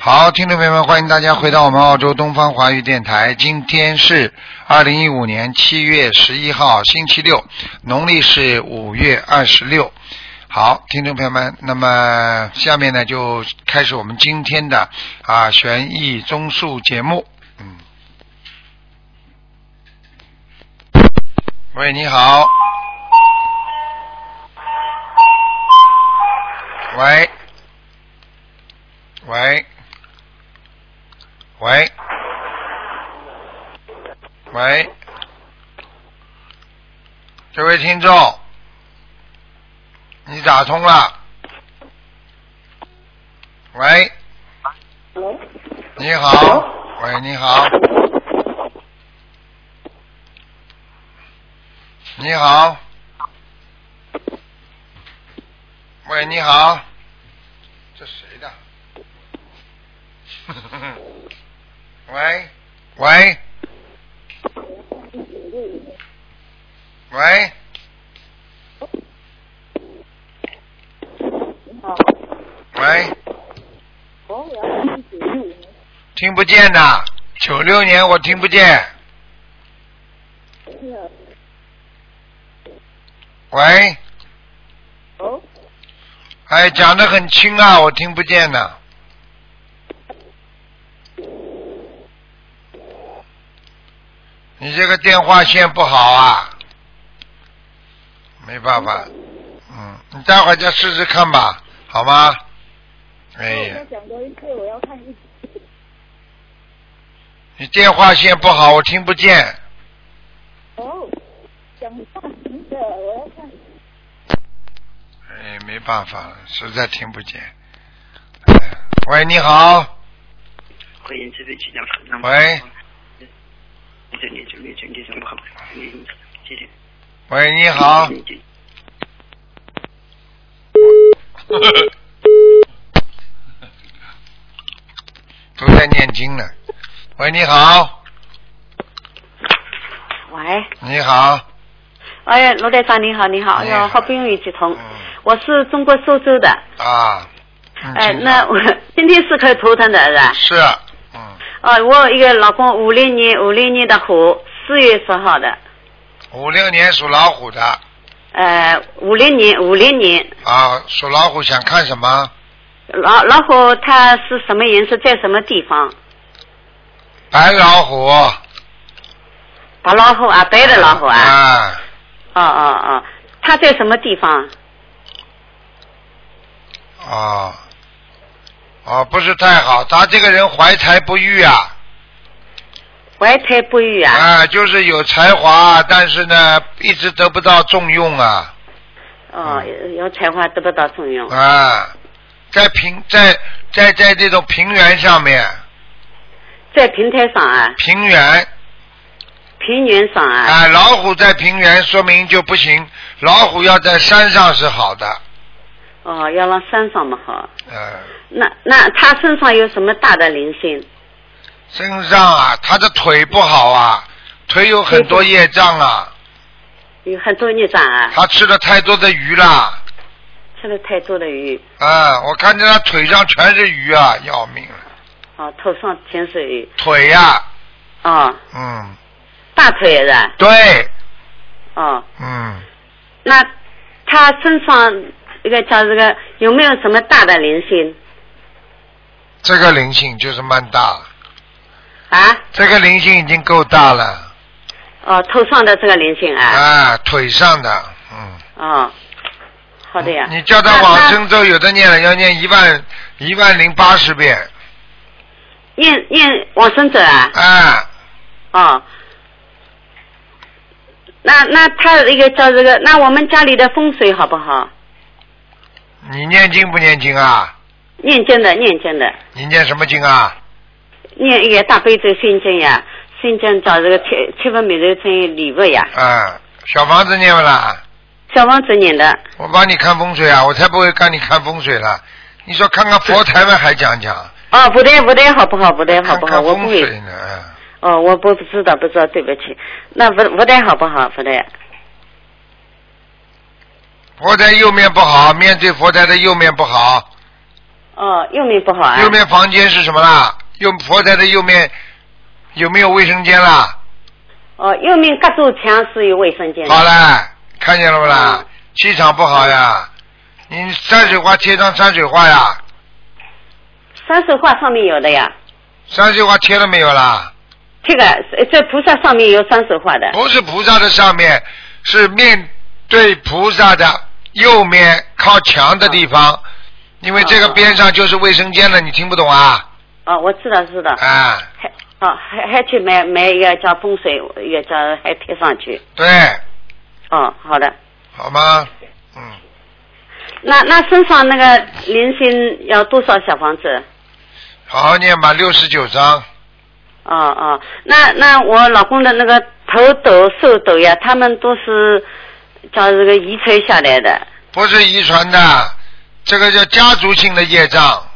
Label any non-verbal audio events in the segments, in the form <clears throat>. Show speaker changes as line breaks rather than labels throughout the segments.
好，听众朋友们，欢迎大家回到我们澳洲东方华语电台。今天是二零一五年七月十一号，星期六，农历是五月二十六。好，听众朋友们，那么下面呢就开始我们今天的啊悬疑综述节目。嗯，喂，你好。喂，喂，喂，喂，这位听众，你打通了？喂，你好，喂，你好，你好，喂，你好，这谁的？ <laughs> 喂，喂，喂，喂，听不见呐，九六年我听不见。喂，哎，讲的很轻啊，我听不见呐。你这个电话线不好啊，没办法，嗯，你待会儿再试试看吧，好吗？哎呀，
讲多一次，我要看一集。
你电话线不好，我听不见。
哦，讲大声的，我要看。
哎，没办法了，实在听不见。哎喂，你好，
会延迟的即将发生。
喂，
这里这里这里怎么好？嗯，谢谢。
喂，你好。 <laughs> 都在念经呢。喂，你好，
喂，
你好，
哎呀，罗队长你好，你好，哎
你好
呀，好不容易接通
嗯，
我是中国苏州的，
啊，嗯，
哎，
请
那
讲
我 <laughs> 今天是可以头疼的是
<laughs>
吧？
是，嗯，
哦，我一个老公五零年五零年的虎，四月十号的，
五六年属老虎的
呃，五零年五零年
啊，属老虎想看什么？
老老虎它是什么颜色，在什么地方？
白老虎。
白老虎啊，哦白的老虎啊，
啊，
哦哦哦，它在什么地方？
哦，哦，不是太好，他这个人怀才不遇啊。
怀才不遇啊，
啊，就是有才华，但是呢，一直得不到重用啊
哦，有有才华得不到重用，
啊，在平在在在这种平原上面，
在平台上啊，
平原
平原上啊，
啊，老虎在平原说明就不行，老虎要在山上是好的，
哦，要让山上嘛哦好。
呃，
那那他身上有什么大的灵性？
身上啊，他的腿不好啊，腿有很多业障啊，
有很多孽障啊，
他吃了太多的鱼啦，
吃了太多的鱼，
啊，我看见他腿上全是鱼啊，要命了，
哦，头上全是鱼，
腿呀、
哦，
嗯，
大腿也是啊，
对，
哦，
嗯。
那他身上一个叫这个有没有什么大的灵性
这个灵性就是蛮大了，
啊？
这个灵性已经够大了
哦，头上的这个灵性啊，
啊，腿上的，嗯，
哦，好的呀。
你叫他往
那
生咒有的念了，要念一万一万零八十遍，
念念往生者啊，
啊，
哦。那那他一个叫这个，那我们家里的风水好不好？
你念经不念经啊？
念经的，念经的。
你念什么经啊？
念一个大悲咒心经呀，心经找这个七七分每周成礼物呀，
啊，小房子念不啦？
小王子念的，
我帮你看风水啊，我才不会看你看风水了。你说看看佛台们还讲讲，
哦，不对不对，好不好？不对，好
看
不好？
看
我不
风
会，
水呢？啊
哦，我不知道，不知道，对不起。那不不对，好不好？不对，
佛台右面不好，面对佛台的右面不好，
哦，右面不好啊。
右面房间是什么啦？右佛台的右面有没有卫生间啦？
哦，右面隔住墙是有卫生间的。
好嘞，看见了不啦
嗯？
气场不好呀，你山水画贴张山水画呀，
山水画上面有的呀，
山水画贴了没有啦？
这个呃这菩萨上面有山水画的。
不是菩萨的上面，是面对菩萨的右面靠墙的地方，因为这个边上就是卫生间了，你听不懂啊？
哦，我知道知道。
啊，
还哦还还去买买一个叫风水，一个叫还贴上去。
对，
哦，好的。
好吗？嗯，
那那身上那个零星要多少小房子？
好好念吧，六十九章。
哦哦，那那我老公的那个头抖、手抖呀，他们都是叫这个遗传下来的，
不是遗传的，这个叫家族性的业障啊、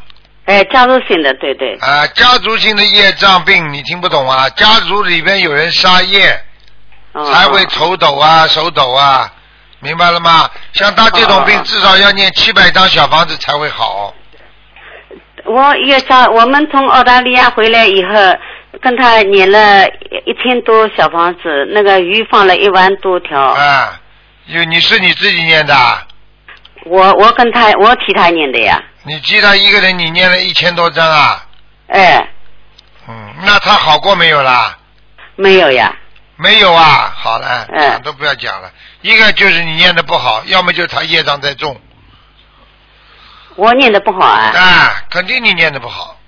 哎，家族性的，对对，
家族性的业障病你听不懂啊？家族里边有人杀业，
哦、
才会
哦
头抖啊、手抖啊，明白了吗？像他这种
哦
病，
哦
至少要念七百张小房子才会好。
我一个家，我们从澳大利亚回来以后，跟他撵了一一千多小房子，那个鱼放了一万多条。
啊，有你是你自己念的啊，
我我跟他，我替他撵的呀。
你记他一个人你念了一千多张啊，
哎，
嗯，那他好过没有啦？
没有呀。
没有啊，好了，
嗯
讲都不要讲了。一个就是你念的不好，要么就是他业障在重。
我念的不好啊。
啊，肯定你念的不好，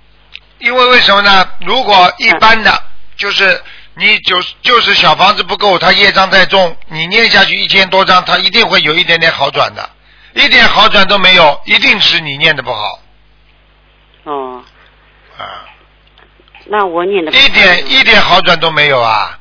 因为为什么呢？如果一般的，就是你就就是小房子不够，他业障太重，你念下去一千多张，他一定会有一点点好转的，一点好转都没有，一定是你念的不好
哦，
啊，
那我念的不好
一点一点好转都没有啊。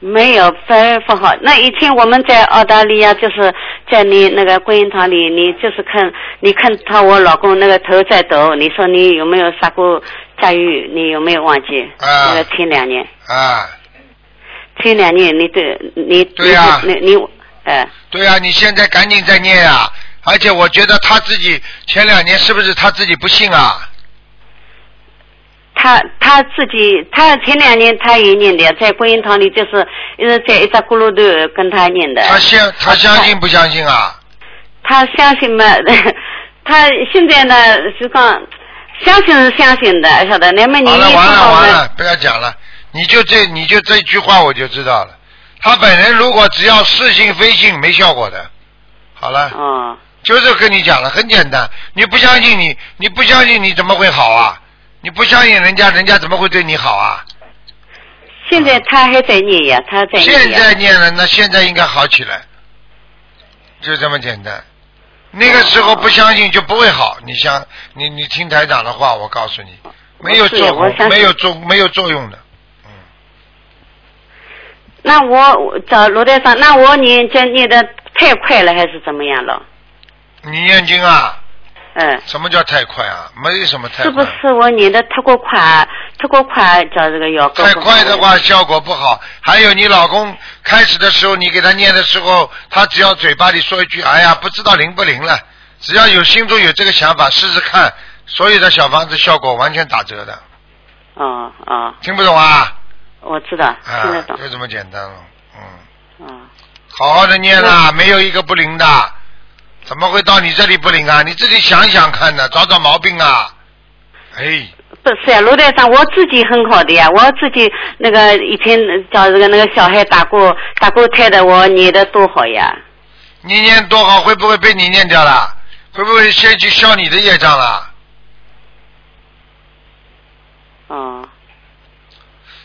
没有不不好。那以前我们在澳大利亚，就是在你那个观音堂里，你就是看你看他我老公那个头在抖，你说你有没有杀过驾驭？你有没有忘记？
啊
那个前两年，
啊，
前两年你对你
对呀
你你你呃
对啊，你现在赶紧再念啊！而且我觉得他自己前两年是不是他自己不信啊？
他他自己，他前两年他也念的，在观音堂里就是一直在一只咕噜头跟他念的。
他相他相信不相信啊？
他相信嘛， <laughs> 他现在呢是讲相信是相信的，晓得？那么你
好
一
了，
听
完了，
到
完
我
了，不要讲了。你就这，你就这句话我就知道了。他本人如果只要是信非信，没效果的。好了，
哦，
就是跟你讲了，很简单。你不相信你，你不相信你怎么会好啊？你不相信人家，人家怎么会对你好啊？
现在他还在念呀，他在念
嗯现
呀。
在念了，那现在应该好起来，就这么简单。那个时候不相信就不会好，你想，你你听台长的话，我告诉你，没有
我是我
作
相信
没有作没有作用的。
那我我找罗台长，那我念这念的太快了，还是怎么样了？
你念经啊，
嗯，
什么叫太快啊？没什么太快，
是不是我念的太过快，太过快叫这个要
太快的话效果不好。还有你老公开始的时候，你给他念的时候，他只要嘴巴里说一句“哎呀，不知道灵不灵了”，只要有心中有这个想法，试试看，所有的小房子效果完全打折的。
哦哦，
听不懂啊？
我知道，
啊
听得，懂。
就这么简单了。嗯，
嗯，
好好的念啦，没有一个不灵的，怎么会到你这里不灵啊？你自己想一想看呢，找找毛病啊。哎，
不是啊呀，罗台长，我自己很好的呀，我自己那个以前叫这个那个小孩打过打过胎的，我念的多好呀。
你念多好，会不会被你念掉了？会不会先去消你的业障了？
哦，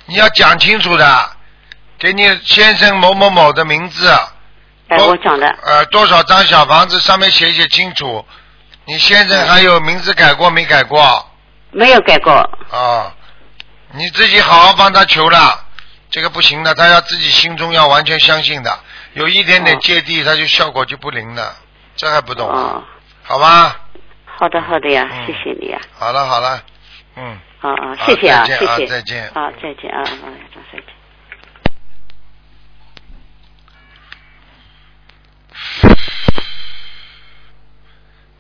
你要讲清楚的，给你先生某某某的名字，
哎，
多
我讲的，
呃，多少张小房子上面写写清楚。你先
嗯
生还有名字改过没改过？
没有改过。
啊，你自己好好帮他求了，这个不行的，他要自己心中要完全相信的，有一点点
哦
芥蒂，他就效果就不灵了，这还不懂啊？
哦，
好吧，
好的好的呀，
嗯
谢谢你呀，
好了好了，嗯，
啊啊，谢谢啊，
再
谢
见啊
谢，
再见
啊，再见啊啊，啊再见。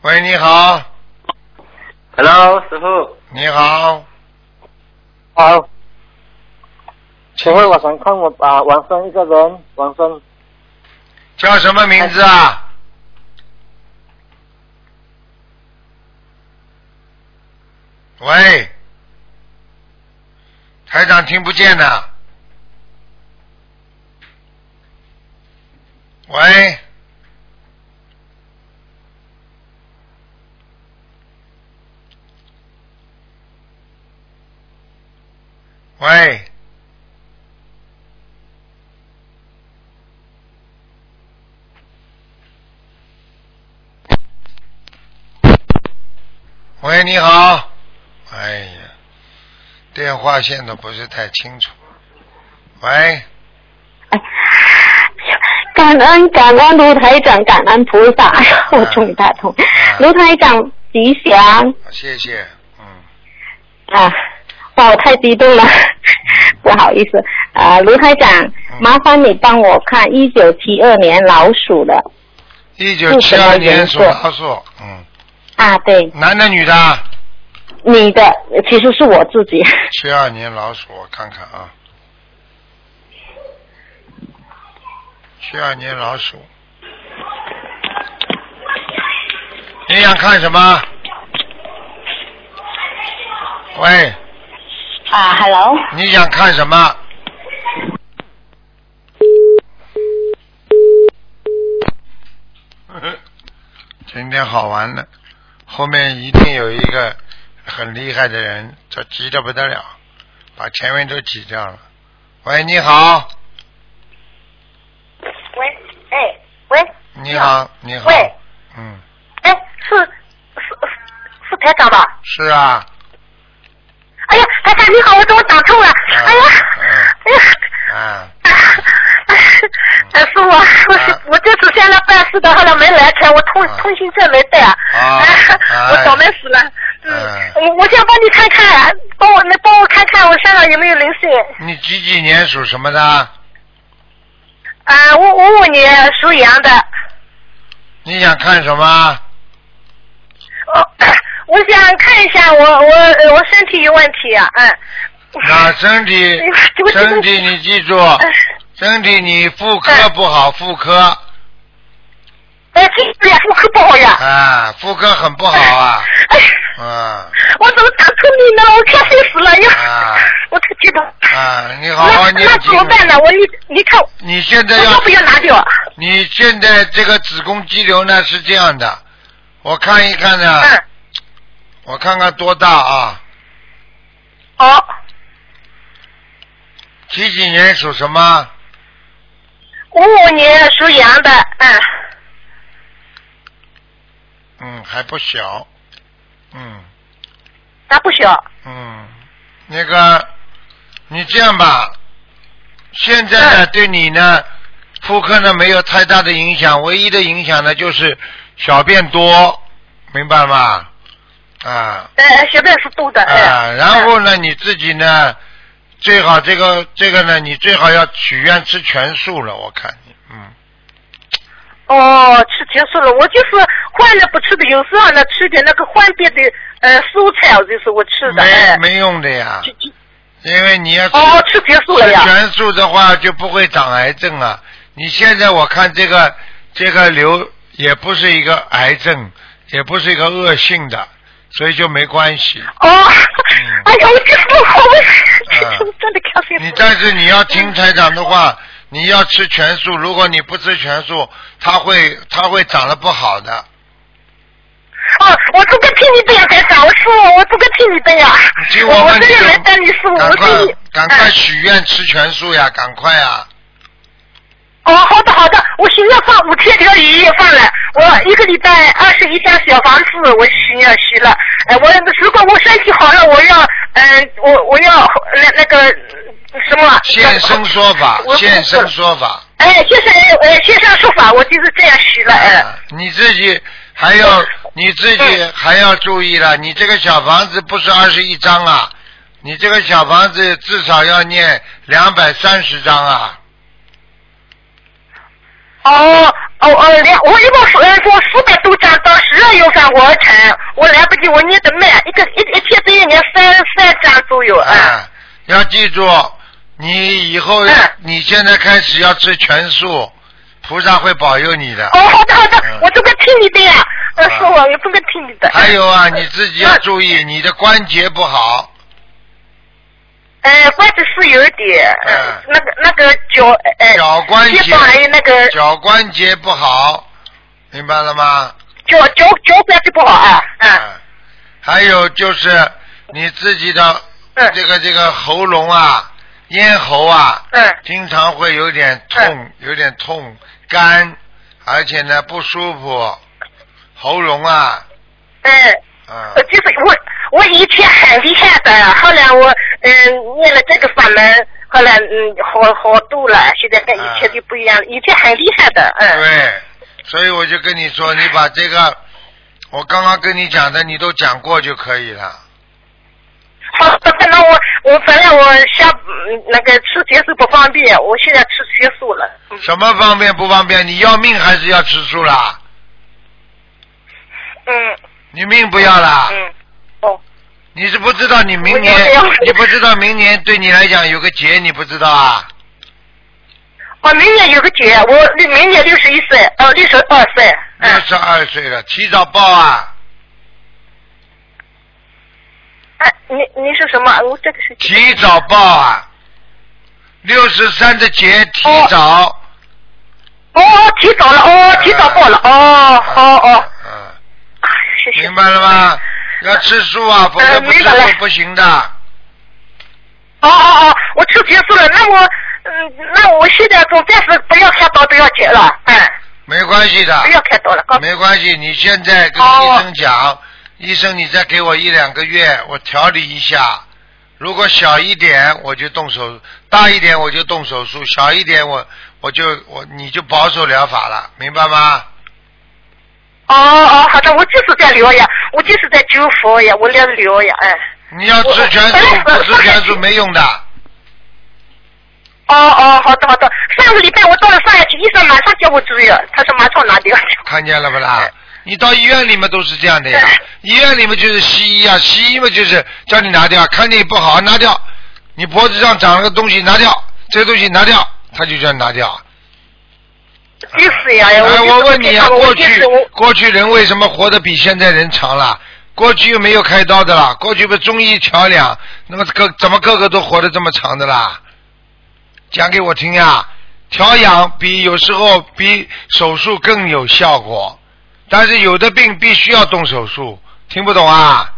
喂，你好，
Hello，师傅。
你好，
好，请
请
问我想看我啊，王生一个人，王生
叫什么名字啊？喂，台长听不见呢。喂，喂，喂，你好。哎呀，电话线的不是太清楚。喂。
感恩感恩卢台长，感恩菩萨，哎呀，我终于打
啊
通。卢台长吉祥
谢谢，嗯，
啊！哇，我太激动了，
嗯
不好意思啊，卢台长，麻烦你帮我看一九七二年老鼠的
一九七二年属老鼠，嗯，
啊，对，
男的女的？
你的其实是我自己，
<laughs> 七二年老鼠，我看看啊，七二年老鼠，你想看什么？喂，
啊，Hello，
你想看
<laughs>
什么？今天好玩了，后面一定有一个很厉害的人，这急得不得了，把前面都挤掉了。喂，你好，
喂，哎，喂，
你好，你好，
喂，
嗯，
哎，是是是是台长吧？
是啊，
哎呀，台长你好，我怎么打通了？哎呀，哎呀，
啊，
哎是我，我是我这次现在办事的，后来没来成，我通通行证没带啊，
啊，
我倒霉死了。
嗯，
我我想帮你看看，帮我能帮我看看我身上有没有灵性？
你几几年属什么的？
啊，我五五年属羊的，
你想看什么？
我想看一下我我呃我身体有问题啊，嗯，
那身体
哎呀对不，起
身体你记住，身体你妇科不好，妇科
哎，这个呀，妇科不好呀，
啊，妇科很不好啊，啊
我怎么打错你呢？我开心死了呀！
啊
我太激动。
啊！你好好
那
念
那怎
经
么。办呢？我你你看，我
你现在
要
要
不要拿掉？
你现在这个子宫肌瘤呢是这样的，我看一看呢，
嗯，
我看看多大啊？
好，
几几年属什么？
五五年属羊的，嗯，
嗯，还不小，嗯
那不
<laughs>
小。
嗯，那个，你这样吧，现在呢对你呢，妇科呢没有太大的影响，唯一的影响呢就是小便多，明白吗？啊，
哎，小便是多的，
啊，
哎，
然后呢，你自己呢，最好这个这个呢，你最好要许愿吃全素了，我看你，嗯，
哦，吃结束了。我就是坏了不吃的，有时候呢吃点那个换边的呃蔬菜，就是我吃的，
没
哎，
没用的呀
就，就
因为你要吃、
哦，吃结束了
吃
呀。
全素的话就不会长癌症啊。你现在我看这个这个瘤也不是一个癌症，也不是一个恶性的，所以就没关系。啊
哦，哎呀，我就是我
嗯
我真的开心死了。
你但是你要听台长的话，你要吃全素。如果你不吃全素，它会它会长得不好的。
哦，我这个听你的呀，台长，我师傅，我这个听你的呀。
听
我
问
这
你
里来
就
当你师傅，
赶
我听
快
你。
赶快
嗯
许愿吃全素呀，赶快啊呀！
哦，好的好的，我许愿放五千条鱼放了，我一个礼拜二十一张小房子，我许愿许了。呃，我如果我身体好了，我要嗯、我我要那那个什么啊
现身说法
我，
现身说法。
哎，现身呃现身说法，我就是这样许了，哎、
啊你自己还要你自己还要注意了，你这个小房子不是二十一张啊，你这个小房子至少要念两百三十张啊。
哦哦哦，啊两我一共说说四百多张，到十二月份我成，我来不及，我念得慢，一啊，
哎，要记住，你以后
嗯
你现在开始要吃全素，菩萨会保佑你的。
哦，好的好的
嗯，
我这个听你的呀，呃，
啊
说我我这个听你的。
还有啊，你自己要
嗯
注意，你的关节不好。
呃，关节是有一点，呃
嗯，
那个那个脚，呃，
脚关节
肩膀还有那个
脚关节不好，明白了吗？
脚脚脚关节不好啊，嗯
嗯。还有就是你自己的
嗯
这个这个喉咙啊、咽喉啊，
嗯
经常会有点痛，有点痛，干，而且呢不舒服，喉咙啊，
嗯。
嗯
呃，就是我我以前很厉害的，后来我嗯念了这个法门，后来嗯好好多了，现在跟以前就不
嗯
一样了，以前很厉害的，嗯，
对，所以我就跟你说，你把这个我刚刚跟你讲的，你都讲过就可以了。
好，可能我我反正我下嗯那个吃结束不方便，我现在吃结束了，嗯
什么方便不方便？你要命还是要吃素啦？
嗯
你命不要啦？
嗯，哦，
你是不知道你明
我要
年
不要，
你不知道明年对你来讲有个劫，你不知道啊？
我哦明年有个节，我明年六十一岁，哦六十二岁，
六
嗯，
十二岁了，提早报啊，
哎、你你是什么？哦我这个是
提早报啊，六十三的劫提早。
哦提早了，哦提早报了，哦哦哦，
嗯，
哎谢谢，
明白了吗？要吃素啊，否则不吃
明白了
素不行的。
哦哦哦，我吃结束了，那我嗯，那我现在总暂时不要开刀，不要结了，嗯，
没关系的
不，要开刀了，告
没关系。你现在跟
哦
医生讲，医生你再给我一两个月，我调理一下。如果小一点我就动手，大一点我就动手术，小一点我我就我你就保守疗法了，明白吗？
哦哦，好的，我就是在疗养，我就是在灸佛呀，我在疗养，嗯，
你要吃全素，
我
不吃全素没用的。
哦哦，好的好的，上个礼拜我到了上海去，医生马上叫我住院，他说马上拿掉。
看见了不啦？你到医院里面都是这样的呀，医院里面就是西医啊，西医嘛就是叫你拿掉，看你不好拿掉，你脖子上长了个东西拿掉，这个东西拿掉，他就叫你拿掉。
就是呀，
哎，
我
我问你啊，过
我就
去
是我，
过去人为什么活得比现在人长了？过去又没有开刀的啦，过去不中医调养，那么个怎么个个都活得这么长的啦？讲给我听呀，调养比有时候比手术更有效果，但是有的病必须要动手术，听不懂啊？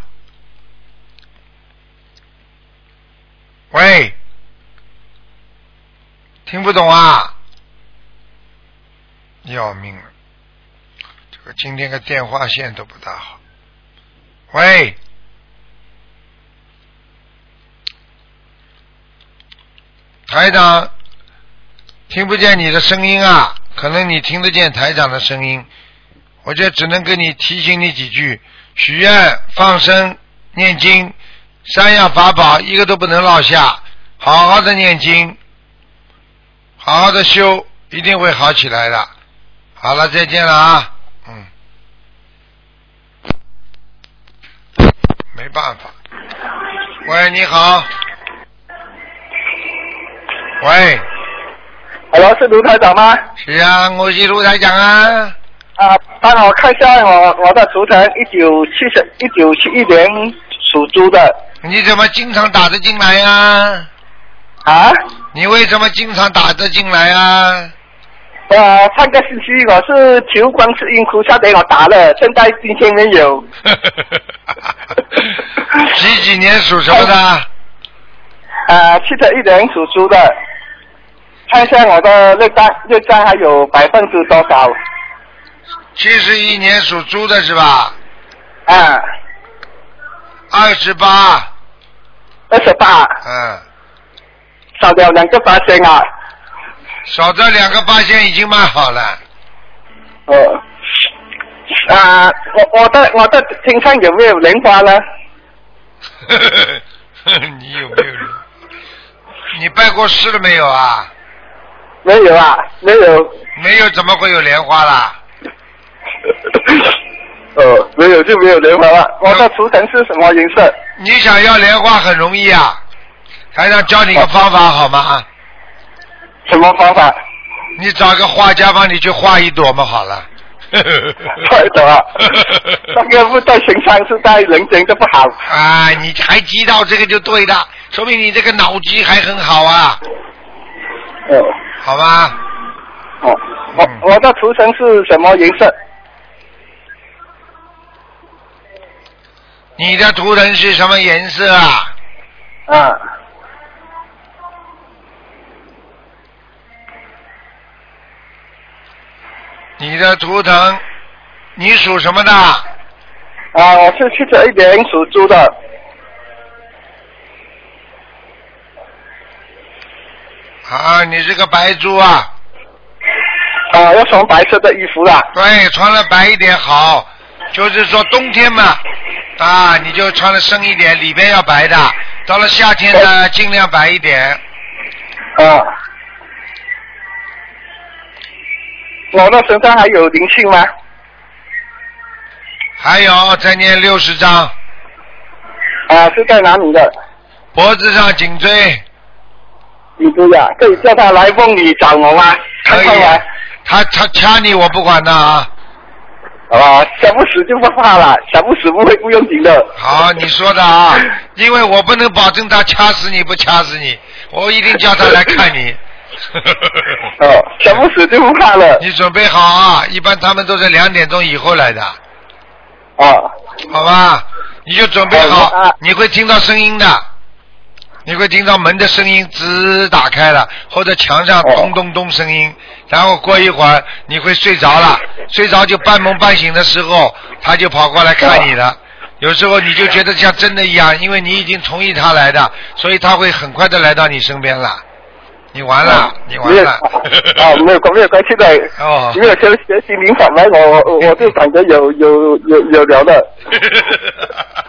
喂，听不懂啊？要命了！这个今天个电话线都不大好。喂，台长，听不见你的声音啊，可能你听得见台长的声音。我这只能跟你提醒你几句：许愿、放生、念经，三样法宝一个都不能落下。好好的念经，好好的修，一定会好起来的。好了，再见了啊，嗯，没办法。喂，你好。喂，
Hello，是卢台长吗？
是啊，我是卢台长啊。
啊，帮我看一下我我的图腾，一九七十一九七一年属猪的
你怎么经常打得进来呀、
啊。
你为什么经常打得进来啊？
呃，上个星期我是求观世音菩萨给我打了，现在今天没有。
<laughs> 几几年属什么的？
呃，七十一年属猪的，看一下我的内脏，内脏还有百分之多少？
七十一年属猪的是吧？
啊，
二十八，
二十八，
嗯。
少了两个八千啊。
少这两个八仙已经蛮好了。 <laughs>
哦，啊，我我的我的身上有没有莲花呢？
你有没有？你拜过师了没有啊？
没有啊，没有。
没有怎么会有莲花啦？呃
哦，
<laughs>
没有就没有莲花了。我的图腾是什么颜色？
你想要莲花很容易啊，台长教你个方法好吗？啊，
什么方法？
你找个画家帮你去画一朵嘛，好了。
快
<laughs>
走啊！那个不在情商是在人间就不好。
啊，你还知道这个就对了，说明你这个脑筋还很好啊，
呃
哦
好吧？嗯
哦，我我的图腾是什么颜色？
你的图腾是什么颜色啊？
啊，
你的图腾，你属什么的？
啊，我是七十一年属猪的。
啊，你是个白猪啊。
啊，要穿白色的衣服啊啦。
对，穿了白一点好，就是说冬天嘛，啊，你就穿的深一点，里边要白的。到了夏天呢，尽量白一点。
啊。我的身上还有灵性吗？
还有，再念六十章，
啊，是在哪里的？
脖子上、颈椎
你不呀，可以叫他来梦里找我吗？看
可以
看我。。
他他掐你，我不管的啊。
啊，想不死就不怕了，想不死不会不用紧的。
好，你说的啊，因为我不能保证他掐死你不掐死你，我一定叫他来看你。
<laughs> 哦，想不死就不怕了。
你准备好啊！一般他们都是两点钟以后来的，
啊，
好吧？你就准备好
好的，啊
你会听到声音的，你会听到门的声音吱打开了，或者墙上
哦
咚咚咚声音，然后过一会儿你会睡着了，睡着就半梦半醒的时候，他就跑过来看你了。有时候你就觉得像真的一样，因为你已经同意他来的，所以他会很快的来到你身边了。你完了，你完
没有
了
啊。啊，没有关没有关系的。
哦
没有学学习灵法来，我我我就感觉有有有有聊的。
<laughs>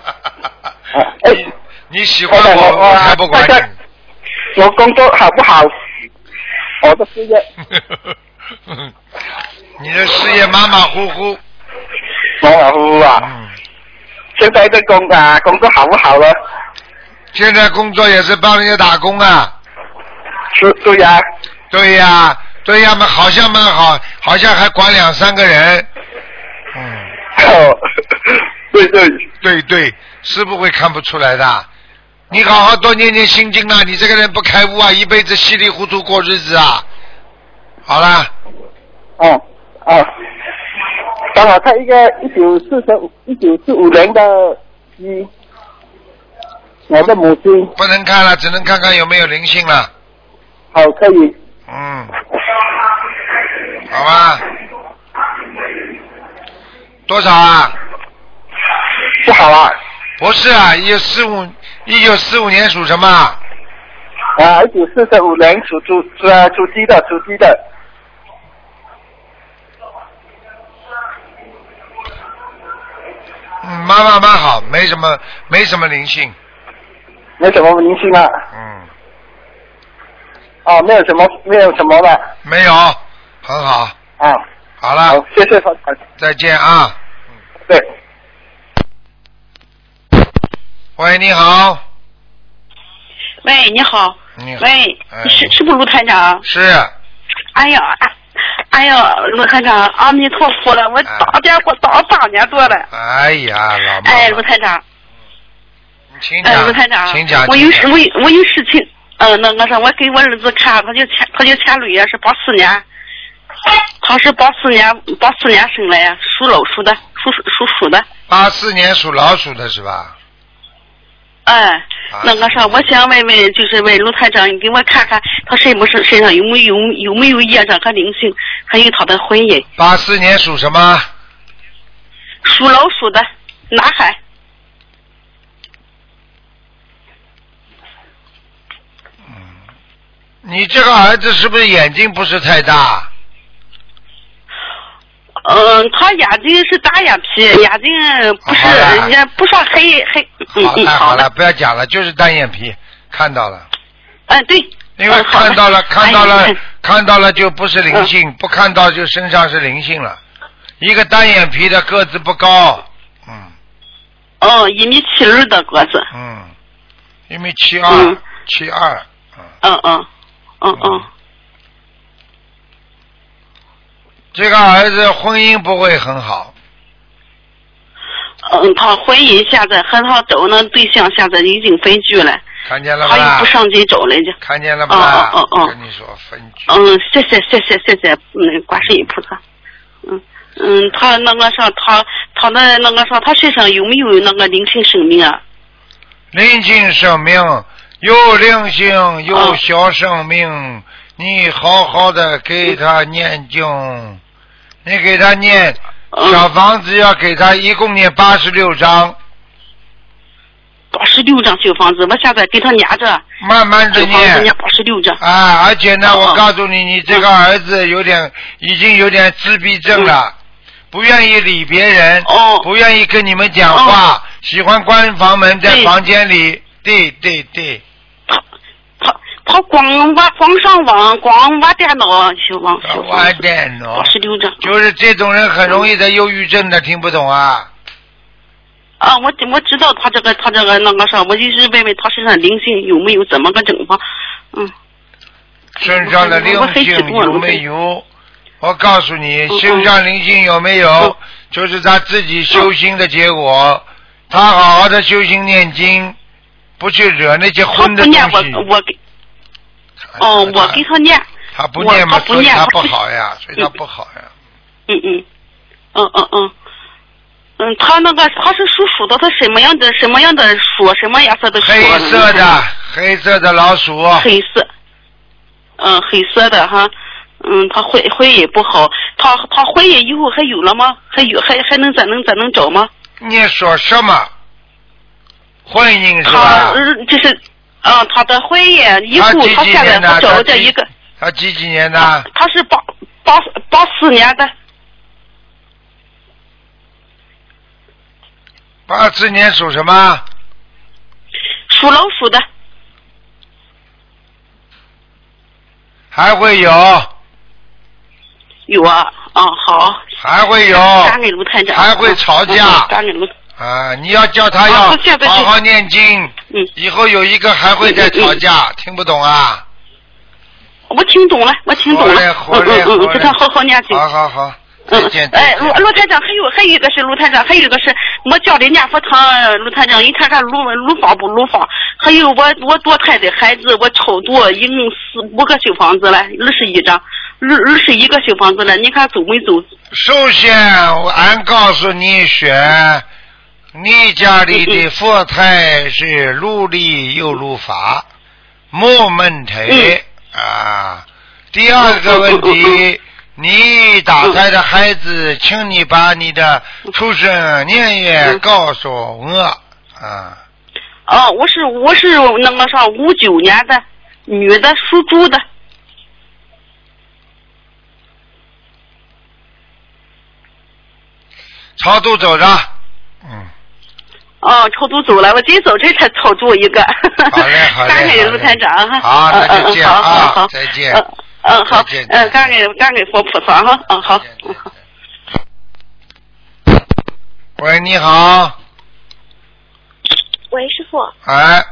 哎
你你喜欢
哦
我，哦我才不管
大家
你。
我工作好不好？我的事业，
你的事业马马虎虎，
马马虎虎啊。
嗯，
现在这工啊，工作好不好呢？
现在工作也是帮人家打工啊。
是对呀、
对呀、对呀、嘛，好像蛮好，好像还管两三个人。嗯，
哦，对对，
对对，师傅会看不出来的。你好好多念念心经啊！你这个人不开悟啊，一辈子稀里糊涂过日子啊。好啦，
哦哦。刚好看一个一九四十五一九四五年的鸡，我的母鸡，
不能看了，只能看看有没有灵性了。
好可以。
嗯，好吧。多少啊？
不好啊！
不是啊，一九四五一九四五年属什么啊？
啊，一九四十五年属猪猪啊属鸡的属鸡的，
嗯，妈妈蛮好，没什么没什么灵性。
没什么灵性啊。
嗯，
哦，没有什么没有什么了
没有，很好。
啊。
好
好
了，，
谢谢团长。
再见啊。
对，
喂，你好。
喂，你好。
你好。
喂，
哎
是是不是卢台长？
是，啊
哎呀，哎哎呀，卢台长，阿弥陀佛了，我
哎
打电话打八年多了。
哎呀，老妈妈。
哎，卢台长，
你请
哎，
讲，
卢台长，
请讲，
我有
请
事，
讲
我有我有事情，嗯，那个啥，我给我儿子看，他就前他就前女也是八四年，他是八四年八四年生的呀，属老鼠的，属属属鼠的。
八四年属老鼠的是吧？
哎
啊，
那个啥，我想问问，就是问卢台长，你给我看看他身不身身上有没有有没有业障和灵性，还有他的婚姻，
八四年属什么？
属老鼠的男孩，
你这个儿子是不是眼睛不是太大？
嗯，他眼睛是单眼皮，眼睛不
好了
是也不算黑黑，嗯
好
嗯，
了好了，
的，
不要讲了，就是单眼皮，看到了，
嗯对，
因为
嗯好的
看到了，看到
哎
了
你看，嗯
看到了就不是灵性，不看到就身上是灵性了。一个单眼皮的个子不高，嗯
哦，一米七二的个子，
嗯，一米七
嗯
二，七二，嗯
嗯嗯嗯嗯，
这个儿子婚姻不会很好，
嗯，他婚姻现在和他找那对象现在已经分居了，
看见了
他又
吧
不？上街找了就。
看见了吧？
哦哦哦哦
跟你说分居，
嗯，谢谢谢谢谢谢，嗯，观世音菩萨。嗯嗯，他那个啥，他他那那个啥，他身上有没有那个灵性生命啊？
灵性生命有灵性有
哦
小生命，你好好的给他念经，你给他念小
嗯，
房子要给他一共念八十六章，
八十六张小房子，我现在给他压着，
慢慢的
小房子
念
念。八十六张。
啊，而且呢，
哦
我
哦
告诉你，你这个儿子有点，已经有点自闭症
嗯
了，不愿意理别人，
哦
不愿意跟你们讲话，喜欢关房门，在
对
房间里，对对对，
他他他光玩光上网，光玩电脑，啊小王小
完
王子，
蛋哦
八，十六张。
就是这种人很容易得忧郁症的，听不懂啊？
啊，我我知道他这个他这个那个啥，我就是问问他身上灵性有没有，怎么个整法？嗯，
身上的灵
我我很
性
激动
有没有？我告诉你，
嗯
身上灵性有没
嗯
有，就是他自己修心的结果。他好好的修心念经，不去惹那些
他
荤的东
不念我
西。
我给
哎
哦，我给他念，
他不念嘛，
我他不
所以
念
他
他
不
不
好呀，所以他
嗯
不好呀。
嗯嗯，嗯嗯嗯，嗯，他那个他是属鼠的，他什么样的什么样的鼠，什么颜色的鼠？啊
黑色的，黑色的老鼠，
黑色，嗯，黑色的哈，嗯，他婚婚姻不好，他他婚姻以后还有了吗？还有还还能再能再能找吗？
你说什么？婚姻是
他
吧？
呃就是，啊、他的婚姻以后
他几几
他现在
年的
他找了
他
这
几
一个，
他几几年的？
他是八八八四年的，
八四年属什么？
属老鼠的，
还会有，
有啊，啊好，
还会有。
感恩卢台长，
还会吵架
嗯感恩卢，
啊，你要叫他
啊
要
他现在是
好好念经，
嗯。
以后有一个还会再吵架，听不懂啊？
我听懂了，我听懂
活
了，嗯
嘞
嗯
活嘞活
嗯，
嘞
给他好好念经。
好啊好好，再
嗯
见，。再
哎，
见
卢卢台长，还有还有一个是卢台长，还有一个是我家里念佛堂，卢台长，你看看卢卢芳不卢芳？还有我我堕胎的孩子，我超度一共四五个小房子了，二十一张，二二十一个小房子了，你看走没走？
首先，我俺告诉你选，你家里的佛台是如理又如法，没问
嗯
嗯
题啊。第二个问题，你打胎的孩子，请你把你的出生年月告诉我啊。
啊，我是我是那个啥五九年的女的，属猪的，
超度走着，嗯，
啊，超度走了，我今早晨才超度一个。 <laughs>
好嘞，好嘞，
感
好嘞
恩卢台长哈。
好，那就这样
嗯嗯好好
啊
好，
再见。
啊嗯嗯好
再见，
嗯，感恩感恩佛菩萨哈，嗯好，嗯好。
喂，你好，
喂，师傅，
哎，
哎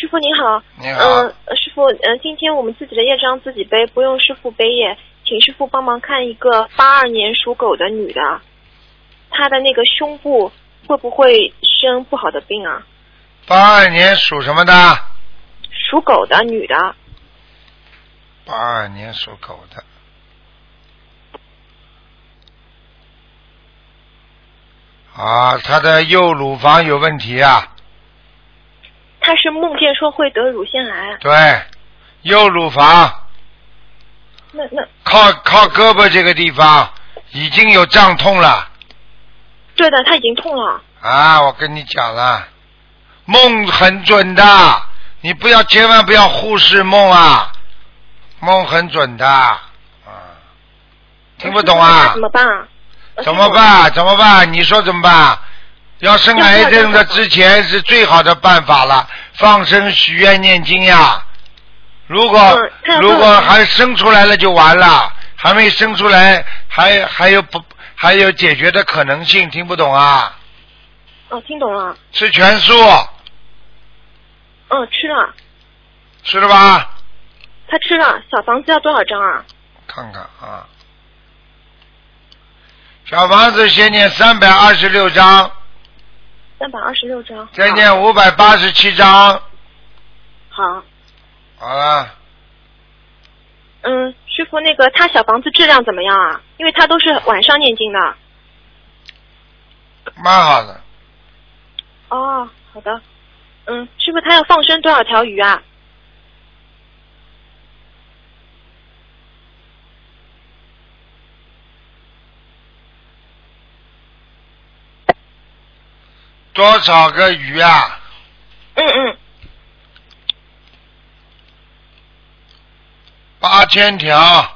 师傅你好。
你
嗯、
好，
呃师傅，嗯、今天我们自己的业障自己背，不用师傅背业，请师傅帮忙看一个八二年属狗的女的，她的那个胸部会不会生不好的病啊？
八二年属什么的？
属狗的女的，
八二年属狗的。啊，他的右乳房有问题啊，
她是梦见说会得乳腺癌，
对，右乳房
那那
靠靠胳膊这个地方已经有胀痛了。
对的，她已经痛了。
啊，我跟你讲了，梦很准的，你不要千万不要忽视梦啊，梦很准的，啊，听不懂
那 <laughs>
啊
怎？么办啊？呃
怎么？办？怎么办？你说怎么办？要生癌症的之前是最好的办法了，放生、许愿、念经呀。如果、
嗯看有没有
如果还生出来了就完了，还没生出来还还有不还有解决的可能性，听不懂啊？
师傅哦，听懂了。
吃全素，
嗯，吃了，
是了吧？
他吃了。小房子要多少张啊？
看看啊，小房子先念三百二十六章，
三百二十六张。
再念五百八十七章，
好，
好了，
嗯，师傅，那个他小房子质量怎么样啊？因为他都是晚上念经的。
蛮好的。
哦，好的。嗯，师傅，他要放生多少条鱼啊？
多少个鱼啊？
嗯嗯，
八千条。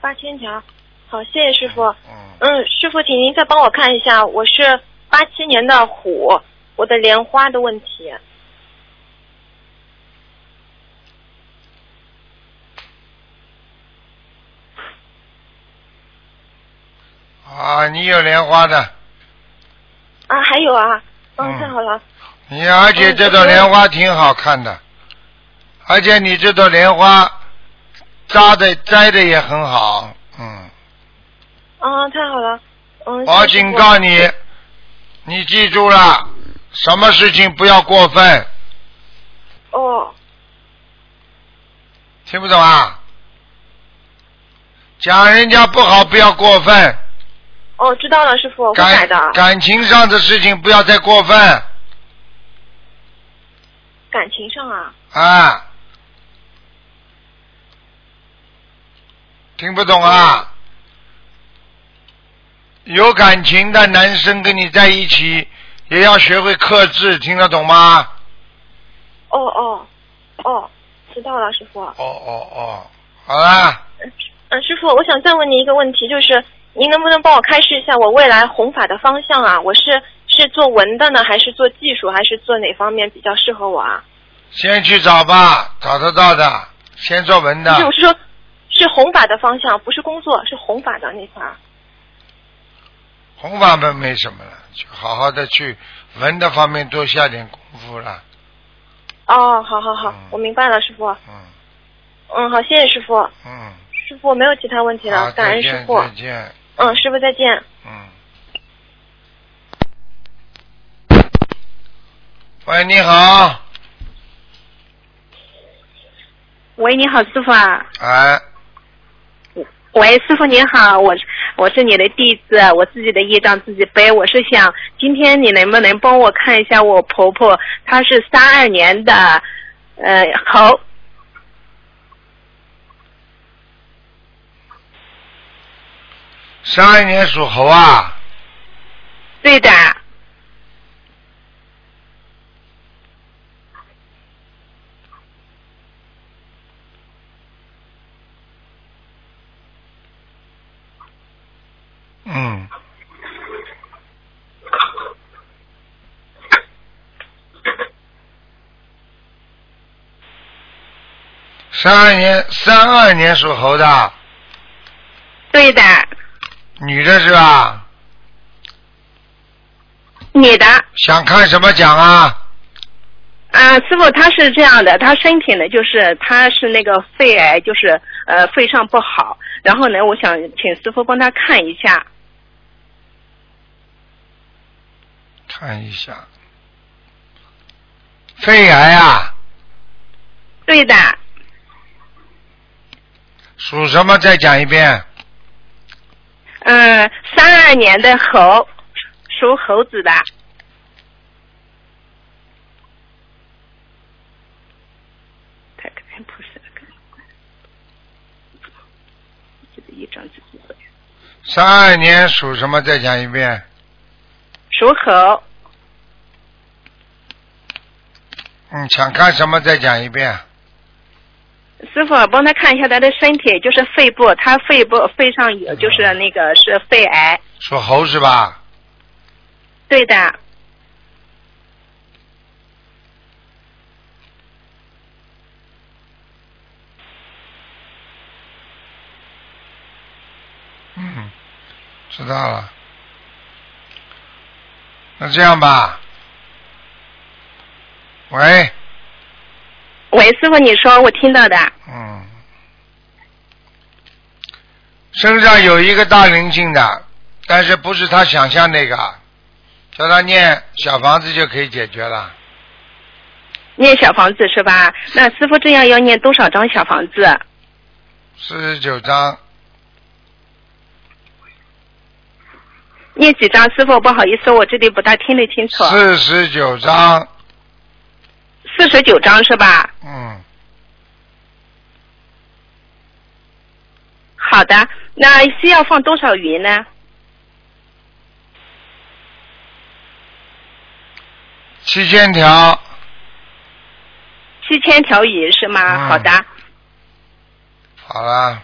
八千条。好，谢谢师傅。
嗯，
嗯，师傅，请您再帮我看一下，我是八七年的虎，我的莲花的问题。
啊，你有莲花的，
啊，还有啊，嗯，
嗯
太好了，
你而
嗯
且这朵莲花挺好看的，而且你这朵莲花扎的栽的也很好，嗯。
啊，太好了，嗯，
我
谢谢
警
师傅
告你，你记住了，什么事情不要过分，
哦，
听不懂啊？讲人家不好不要过分，
哦，知道了，师傅，我会改
感
的，
感情上的事情不要再过分
感情上啊，
啊！听不懂啊？有感情的男生跟你在一起，也要学会克制，听得懂吗？
哦哦哦，知道了，师傅，
哦哦哦，好啦，
嗯，师傅，我想再问您一个问题，就是您能不能帮我开示一下我未来弘法的方向啊？我是是做文的呢，还是做技术，还是做哪方面比较适合我啊？
先去找吧，找得到的，先做文
不是，我
的，
是说，是弘法的方向，不是工作，是弘法的那块儿。
弘法们没什么了，就好好的去文的方面多下点功夫了。
哦，好好好
嗯，
我明白了，师傅。
嗯
嗯，好，谢谢师傅。
嗯，
师傅没有其他问题
好，
了，感
再
恩师
见
傅。
再见，
嗯，师傅再见。
嗯。喂，你好，
喂，你好，师傅啊。
哎，
喂，师傅您好，我是我是你的弟子，我自己的业障自己背。我是想今天你能不能帮我看一下我婆婆，她是三二年的，呃，猴。
十二年属猴啊，
对的，
嗯，三二年三二年属猴的
对的，
女的是吧？
你的。
想看什么奖啊？
啊，师傅，她是这样的，她身体呢，就是她是那个肺癌，就是呃肺上不好，然后呢，我想请师傅帮她看一下。
看一下，肺癌啊，
对的，
属什么？再讲一遍。
嗯，三二年的猴，属猴子的。太可爱不是这个一张纸
三二年属什么？再讲一遍。
属猴，
嗯，想看什么？再讲一遍。
师傅帮他看一下他的身体，就是肺部，他肺部肺上有就是那个是肺癌，
属猴是吧？
对的，
嗯，知道了。那这样吧。喂，
喂，师傅，你说我听到的。
嗯，身上有一个大灵性的，但是不是他想象那个，叫他念小房子就可以解决了。
念小房子是吧？那师傅这样要念多少张小房子？
四十九章，
念几张？师傅不好意思，我这里不大听得清楚。
四十九章，
四十九张是吧？
嗯，
好的，那需要放多少鱼呢？
七千条，
七千条鱼是吗？
嗯
好的，
好了，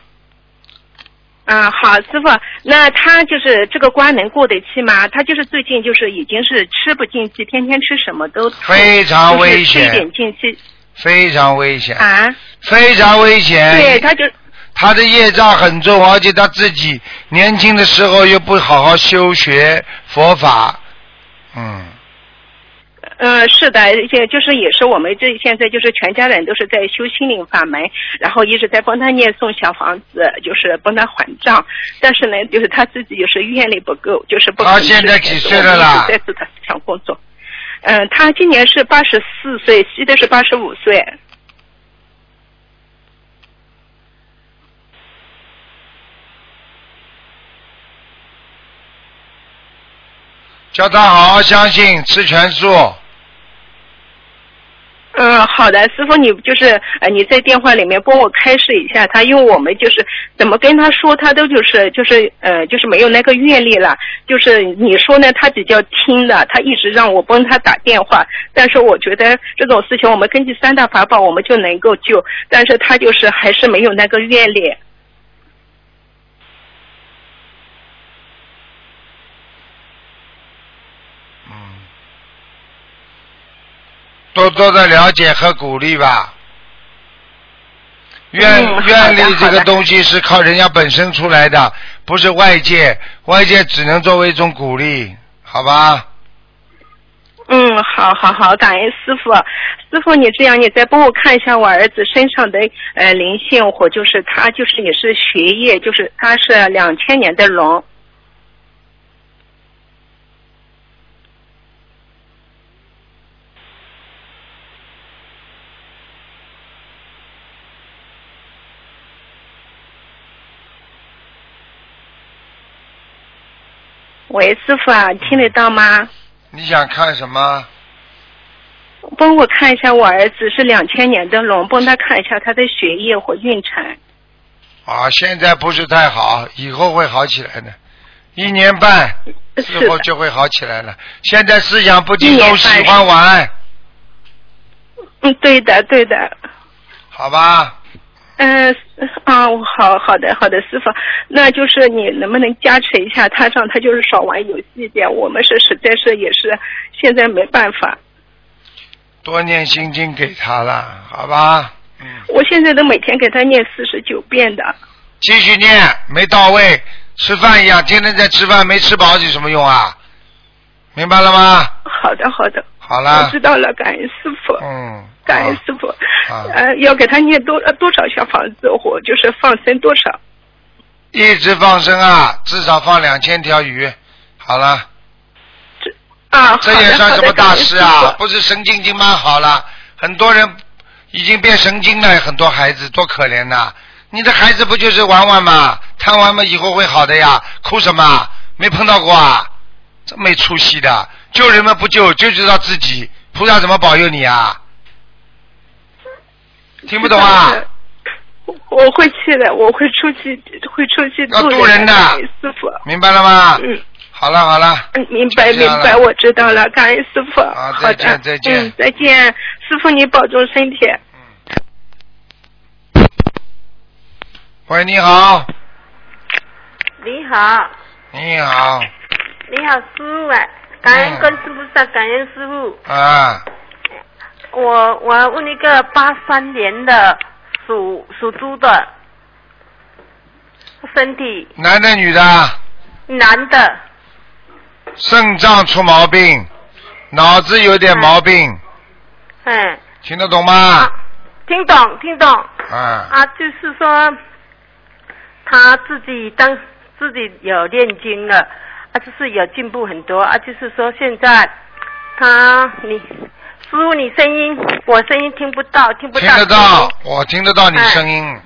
嗯，好，师傅，那他就是这个关能过得去吗？他就是最近就是已经是吃不进去，天天吃什么都
非常
就是
危险
吃一点进去
非常危险，
啊，
非常危险。
对，他就
他的业障很重，而且他自己年轻的时候又不好好修学佛法，嗯，
嗯，是的，就就是也是我们这现在就是全家人都是在修心灵法门，然后一直在帮他念诵小房子，就是帮他还账。但是呢，就是他自己就是愿力不够，就是不肯
他现在
实现
几岁了啦
我们一直在做他思想工作。嗯，他今年是八十四岁，虚的是八十五岁。
叫他好好相信，吃全素。
嗯，好的，师傅，你就是呃，你在电话里面帮我开示一下他，因为我们就是怎么跟他说，他都就是就是呃，就是没有那个愿力了。就是你说呢，他比较听的，他一直让我帮他打电话，但是我觉得这种事情我们根据三大法宝我们就能够救，但是他就是还是没有那个愿力。
多多的了解和鼓励吧。愿、
嗯好的
愿力这
好
个
的
东西是靠人家本身出来的，不是外界，外界只能作为一种鼓励，好吧？
嗯，好好好，感恩师傅。师傅，你这样，你再帮我看一下我儿子身上的呃灵性，或就是他就是也是学业，就是他是两千年的龙。喂，师傅啊，听得到吗？
你想看什么？
帮我看一下我儿子是两千年的龙，帮他看一下他的学业或运程。
啊，现在不是太好，以后会好起来的，一年半之后就会好起来了。现在思想不集
一年
中，
半
喜
是
欢玩，
嗯，对的，对的。
好吧？
嗯、啊，我好好的好的，师傅，那就是你能不能加持一下他，让他就是少玩游戏一点？我们是实在是也是现在没办法，
多念心经给他了，好吧？
我现在都每天给他念四十九遍的。
继续念，没到位，吃饭一样，天天在吃饭，没吃饱有什么用啊？明白了吗？
好的好的，
好
我
了
知，道了，感恩师傅，
嗯，
感恩师傅。
啊，
呃，要给他念多呃多少小房子，我就是放生多少？
一直放生啊，至少放两千条鱼。好了，
啊，
这
好
也
的
算
好
什
的
么
感
大
恩
事
师
啊？
傅
不是神经已经蛮好了，很多人已经变神经了，很多孩子多可怜呐、你的孩子不就是玩玩嘛，贪玩嘛，以后会好的呀？哭什么？没碰到过啊？这没出息的，救人们不救，就知道自己，菩萨怎么保佑你啊？听不懂啊？
是的我会去的，我会出去，会出去
要渡人
人
的
感恩师傅。
明白了吗？
嗯，
好了好了，
嗯明白
就这
明
样了
白，我知道了，感恩师傅。
好
好
再
的，
见再见
嗯，再见，师傅你保重身体。
喂，你好，
你好，
你好，
你好，师傅啊！感恩观世菩萨，感恩师傅。
啊，
我我问一个八三年的属属猪的，身体
男的女的，
男的，
肾脏出毛病，脑子有点毛病，
嗯，
听得懂吗？
听懂听懂
啊，
啊，就是说他自己当自己有念经了，啊，就是有进步很多啊，就是说现在他你师傅你声音我声音听不到听不到
听得到，我听得哎到你声音，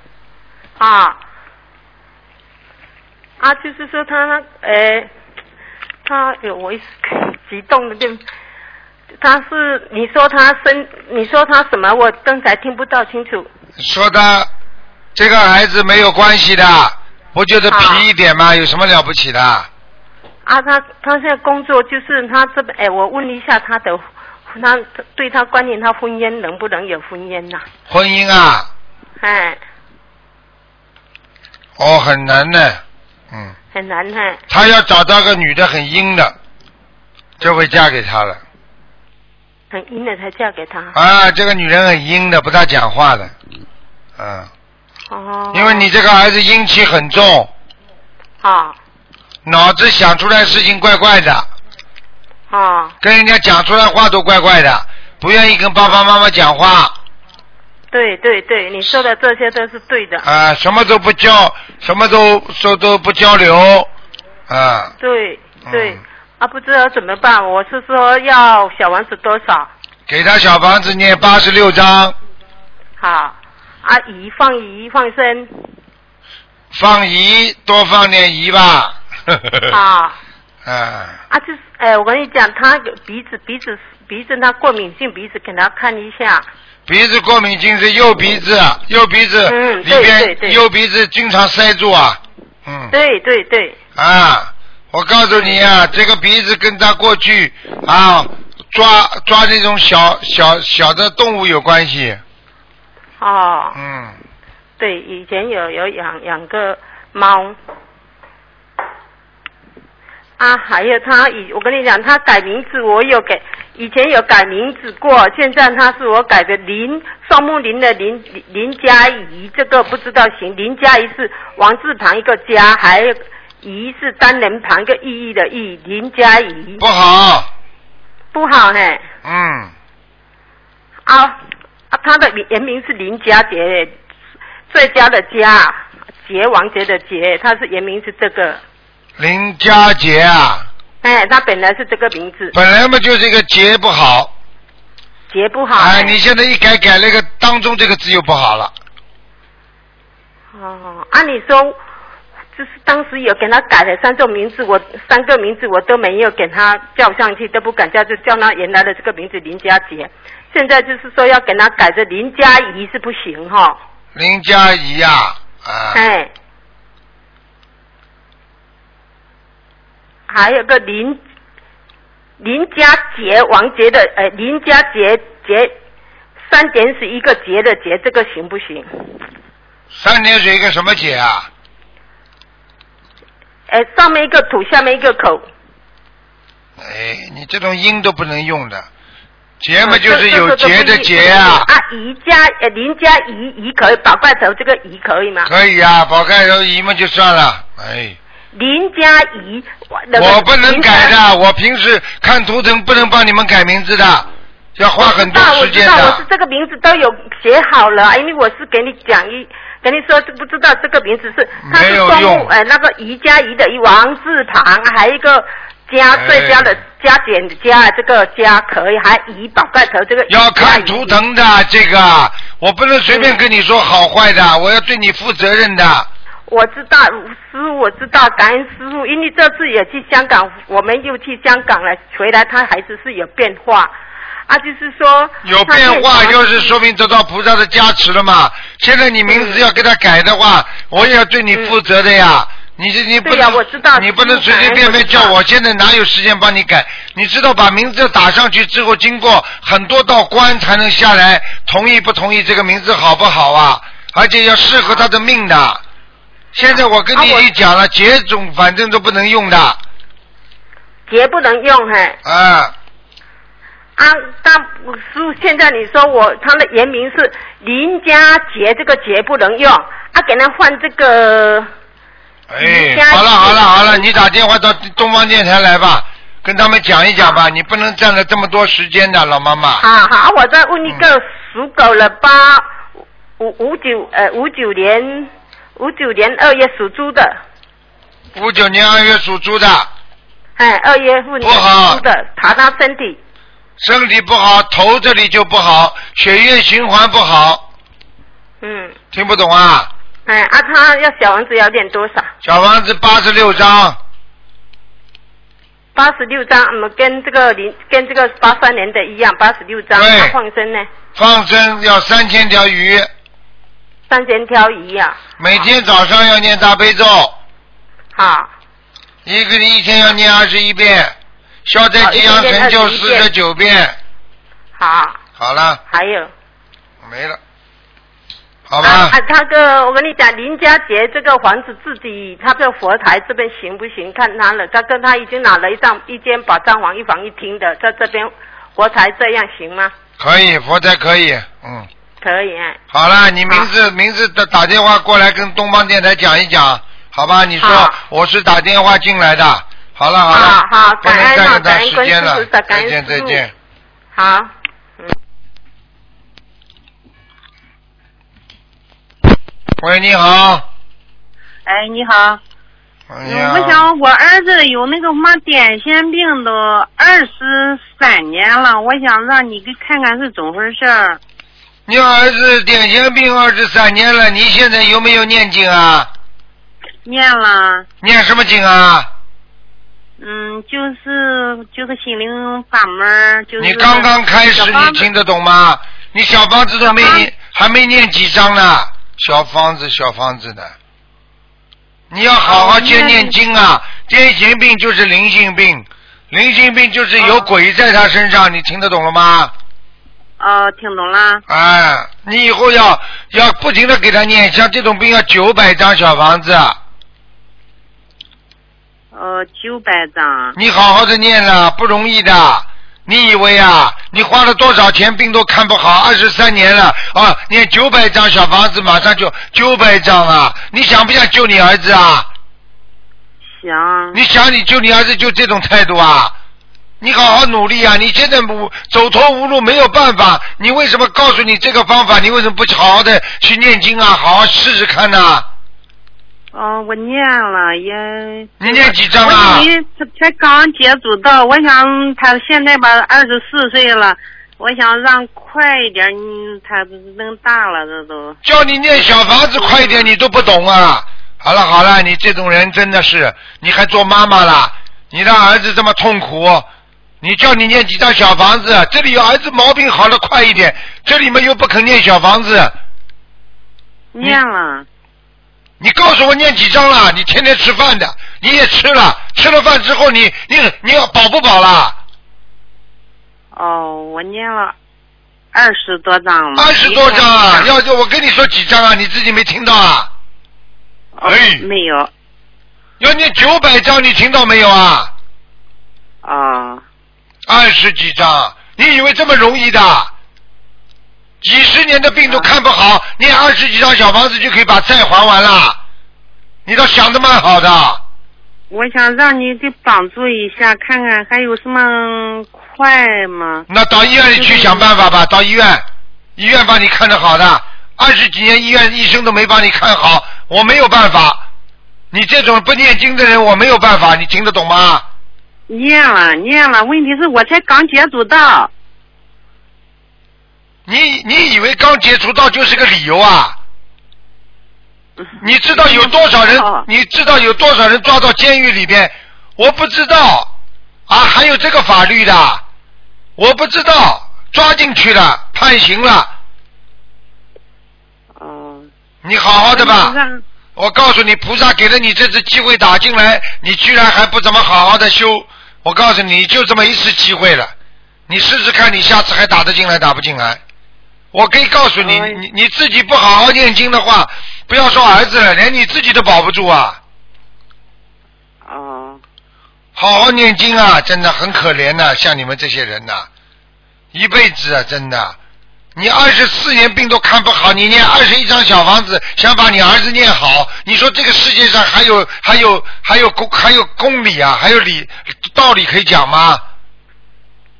啊啊，就是说他那呃，他有我一时激动的就，他是你说他生，你说他什么？我刚才听不到清楚。
说他这个孩子没有关系的，不就是皮一点吗？有什么了不起的？
啊，他他现在工作就是他这边，哎，我问一下他的，他对他关联他婚姻能不能有婚姻呐、
婚姻啊，
哎，
哦，很难的，
很难哎。
他要找到个女的很阴的，就会嫁给他了。
很阴的才嫁给他。
啊，这个女人很阴的，不大讲话的，嗯，
哦。
因为你这个孩子阴气很重，
啊
脑子想出来事情怪怪的，
啊，
跟人家讲出来话都怪怪的，不愿意跟爸爸妈妈讲话，
对对对，你说的这些都是对的。
啊，什么都不交，什么都说都不交流，啊，
对对、啊，不知道怎么办。我是说要小王子多少？
给他小房子念八十六章，
好啊，鱼放鱼放生
放姨多放点姨吧，嗯
啊
<laughs> 啊，
啊，就是哎，我跟你讲，他鼻子鼻子鼻子他过敏性鼻子，给他看一下。
鼻子过敏性是右鼻子，右鼻子
嗯
里
对对
边
对
右鼻子经常塞住啊，
对对对，
啊，我告诉你啊，这个鼻子跟他过去啊抓抓那种小小小的动物有关系。
哦，
嗯，
对，以前有有养养个猫。啊，还有他以我跟你讲，他改名字，我有给以前有改名字过，现在他是我改的林双木林的林林林佳怡，这个不知道行。林佳怡是王字旁一个佳，还有怡是单人旁一个意义的意，林佳怡。
嗯不好。
不好嘿，
嗯，
啊啊，他的原名是林佳杰，最佳的佳，杰王杰的杰，他是原名是这个，
林佳杰啊，
哎，他本来是这个名字，
本来嘛就是一个杰不好，
杰不好。
哎，你现在一改改了一个当中这个字又不好了，
哦，按理说，就是当时有给他改了三种名字，我三个名字我都没有给他叫上去，都不敢叫，就叫他原来的这个名字林佳杰。现在就是说要给他改成林佳怡是不行哈、
林佳怡呀、啊，
哎，还有个林林家杰王杰的，呃，林家杰杰三点水一个杰的杰，这个行不行？
三点水一个什么杰啊？
哎，上面一个土，下面一个口，
哎，你这种音都不能用的，杰嘛
嗯
就
这
是
这
有
这个
杰
不
的
一
杰啊，
啊，宜家呃林家宜宜可以，宝盖头这个宜可以吗？
可以啊，宝盖头姨嘛就算了，哎。
林家宜，那个
我不能
林家
改的，我平时看图腾不能帮你们改名字的，要花很多
那我
时
知
间
道，我
的
是。这个名字都有写好了，因为我是给你讲一，跟你说不知道这个名字是，它
没
是
有
双
用
木呃那个宜家宜的宜王字旁，还有一个加
哎
最佳的加减的加这个加可以，还宜宝盖头这个宜
要看
家宜
图腾的这个，我不能随便跟你说好坏的，我要对你负责任的。
我知道，师傅我知道，感恩师傅，因为这次也去香港，我们又去香港了，回来他还是是有变化，啊，就是说
有
他
变化
变
就是说明得到菩萨的加持了嘛。现在你名
嗯
字要给他改的话，我也要对你负责的呀。你这你不
对呀
能
我知道
你不能随随便便叫
我知道
我现在哪有时间帮你改？你知道把名字打上去之后，经过很多道关才能下来，同意不同意这个名字好不好啊？而且要适合他的命的。现在我跟
啊
你已经讲了，节种反正都不能用的
节不能用嘿。
啊。
啊，但师傅，现在你说我他的原名是林家杰，这个杰不能用，啊，给他换这个
哎
你，家
好了
里
好了好了，你打电话到东方电台来吧，跟他们讲一讲吧，你不能占了这么多时间的，老妈妈。
啊，好，我再问一个属狗了八五五九呃五九年五九年二月属猪的，
五九年二月属猪的，
哎，二月份属猪的，查他身体。
身体不好，头这里就不好，血液循环不好，
嗯，
听不懂啊？
哎，阿、他要小王子要点多少？
小房子八十六张，
八十六张，嗯，跟这个零跟这个八三年的一样，八十六张。
对
他放生呢，
放生要三千条鱼，
三千条鱼啊呀、
每天早上要念大悲咒，
好，
一个人一天要念二十一遍，消灾吉
啊
祥神咒四十九遍，
好，
好了，
还有。
没了，好
啊
吧？
啊，他个我跟你讲，林家杰这个房子自己他这佛台这边行不行？看他了，他跟他已经拿了一张一间保障房一房一厅的，在这边佛台这样行吗？
可以，佛才可以，嗯，
可以、啊。
好了，你名字名字打打电话过来跟东方电台讲一讲，好吧？你说
好
我是打电话进来的，好了好了，
好好
不能
感恩
占
啊
用他
感恩
时
观
间
世
了
菩萨，感
再
恩
见再
师父
见。
好，
喂，你好，
哎，你好，
哎呀，
嗯
我想我儿子有那个什么癫痫病都二十三年了，我想让你给看看是怎么回事儿。
你儿子癫痫病二十三年了，你现在有没有念经啊？
念了，
念什么经啊？
嗯，就是就是心灵法门儿，就是
你刚刚开
小
始，
方
你听得懂吗？你小房子都没念，还没念几张呢。小房子，小房子的，你要好好先念经啊！癫痫病就是灵性病，灵性病就是有鬼在他身上，你听得懂了吗？
哦，听懂了，
哎，你以后要要不停的给他念，像这种病要九百张小房子，
呃，九百张，
你好好的念了，不容易的。你以为啊，你花了多少钱病都看不好，二十三年了啊，念九百张小房子，马上就九百张啊！你想不想救你儿子啊？
想，
你想你救你儿子就这种态度啊？你好好努力啊！你现在无走投无路，没有办法，你为什么告诉你这个方法？你为什么不好好的去念经啊？好好试试看呐、
哦，我念了也。
你念几张啊
我以为他才刚接触到，我想他现在吧二十四岁了，我想让快一点，嗯他能大了这都。
叫你念小房子快一点，你都不懂啊！好了好了，你这种人真的是，你还做妈妈啦？你让儿子这么痛苦，你叫你念几张小房子，这里有儿子毛病好的快一点，这里面又不肯念小房子，
念了，
你告诉我念几张了？你天天吃饭的，你也吃了，吃了饭之后你你你要饱不饱啦？
哦，我念了二十多张了。
二十多张啊！要要我跟你说几张啊？你自己没听到啊？哎，
哦没有。
要念九百张，你听到没有啊？
啊。
二十几张，你以为这么容易的？几十年的
哦
病都看不好，念二十几张小房子就可以把债还完了？你倒想的蛮好的。
我想让你给帮助一下，看看还有什么快吗？
那到医院里去想办法吧，到医院，医院帮你看得好的。二十几年医院医生都没帮你看好，我没有办法。你这种不念经的人，我没有办法，你听得懂吗？
嗯念了念了，问题是我才刚接触到。
你你以为刚接触到就是个理由啊？你知道有多少人？你知道有多少人抓到监狱里边？我不知道啊，还有这个法律的，我不知道，抓进去了，判刑了。你好好的吧。我告诉你，菩萨给了你这次机会打进来，你居然还不怎么好好的修。我告诉你，就这么一次机会了，你试试看，你下次还打得进来打不进来？我可以告诉你，你你自己不好好念经的话，不要说儿子了，连你自己都保不住啊！
哦，
好好念经啊，真的很可怜呐、像你们这些人呐、一辈子啊，真的，你二十四年病都看不好，你念二十一张小房子，想把你儿子念好，你说这个世界上还有还有还有公还有公理啊，还有理道理可以讲吗？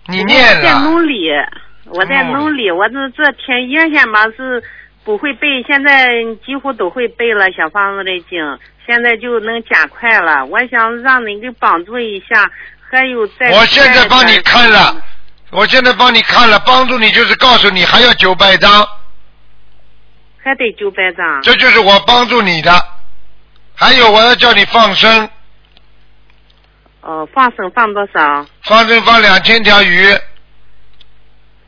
你念
哦我在
了，
努力，我在努力，我这这天夜线吧是不不会背，现在几乎都会背了小房子的经，现在就能加快了。我想让你给帮助一下，还有在
我现在帮你看了，我现在帮你看了，帮助你就是告诉你还要九百张，
还得九百张。
这就是我帮助你的。还有我要叫你放生，
哦，放生放多少？
放生放两千条鱼，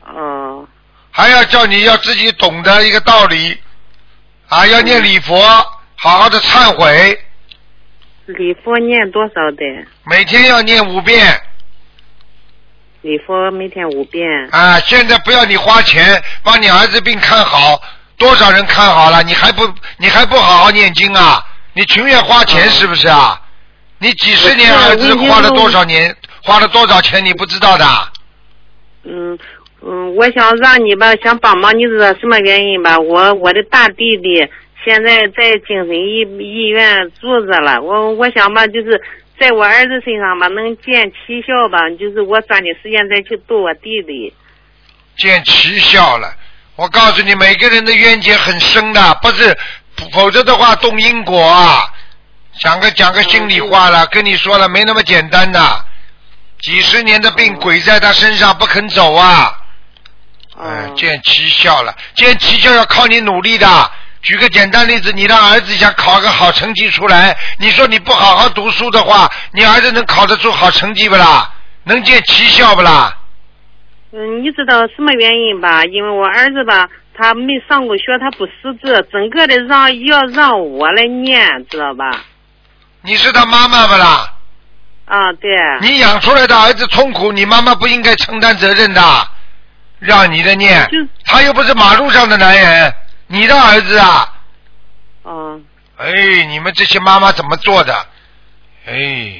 哦，
还要叫你要自己懂得一个道理，啊，要念礼佛，好好的忏悔，
礼佛念多少的？
每天要念五遍
礼佛每天五遍。
啊。现在不要你花钱帮你儿子病看好，多少人看好了，你还不你还不好好念经啊？你情愿花钱是不是啊？你几十年儿子花了多少年，花了多少钱你不知道的？啊
嗯嗯，我想让你吧，想帮忙，你知道什么原因吧？我我的大弟弟现在在精神医医院住着了，我我想吧，就是在我儿子身上吧，能见奇效吧，就是我抓紧时间再去度我弟弟。
见奇效了。我告诉你，每个人的冤结很深的，不是，否则的话动因果啊。讲个讲个心里话了，跟你说了，没那么简单的。几十年的病鬼在他身上不肯走啊。哎，见奇效了，见奇效要靠你努力的。举个简单例子，你让儿子想考个好成绩出来，你说你不好好读书的话，你儿子能考得出好成绩不啦？能见奇效不啦？
嗯，你知道什么原因吧？因为我儿子吧，他没上过学，他不识字，整个的让要让我来念，知道吧？
你是他妈妈不啦？
啊，对。
你养出来的儿子痛苦，你妈妈不应该承担责任的，让你的念，
嗯
他又不是马路上的男人，你的儿子啊，
嗯，
哎，你们这些妈妈怎么做的？哎，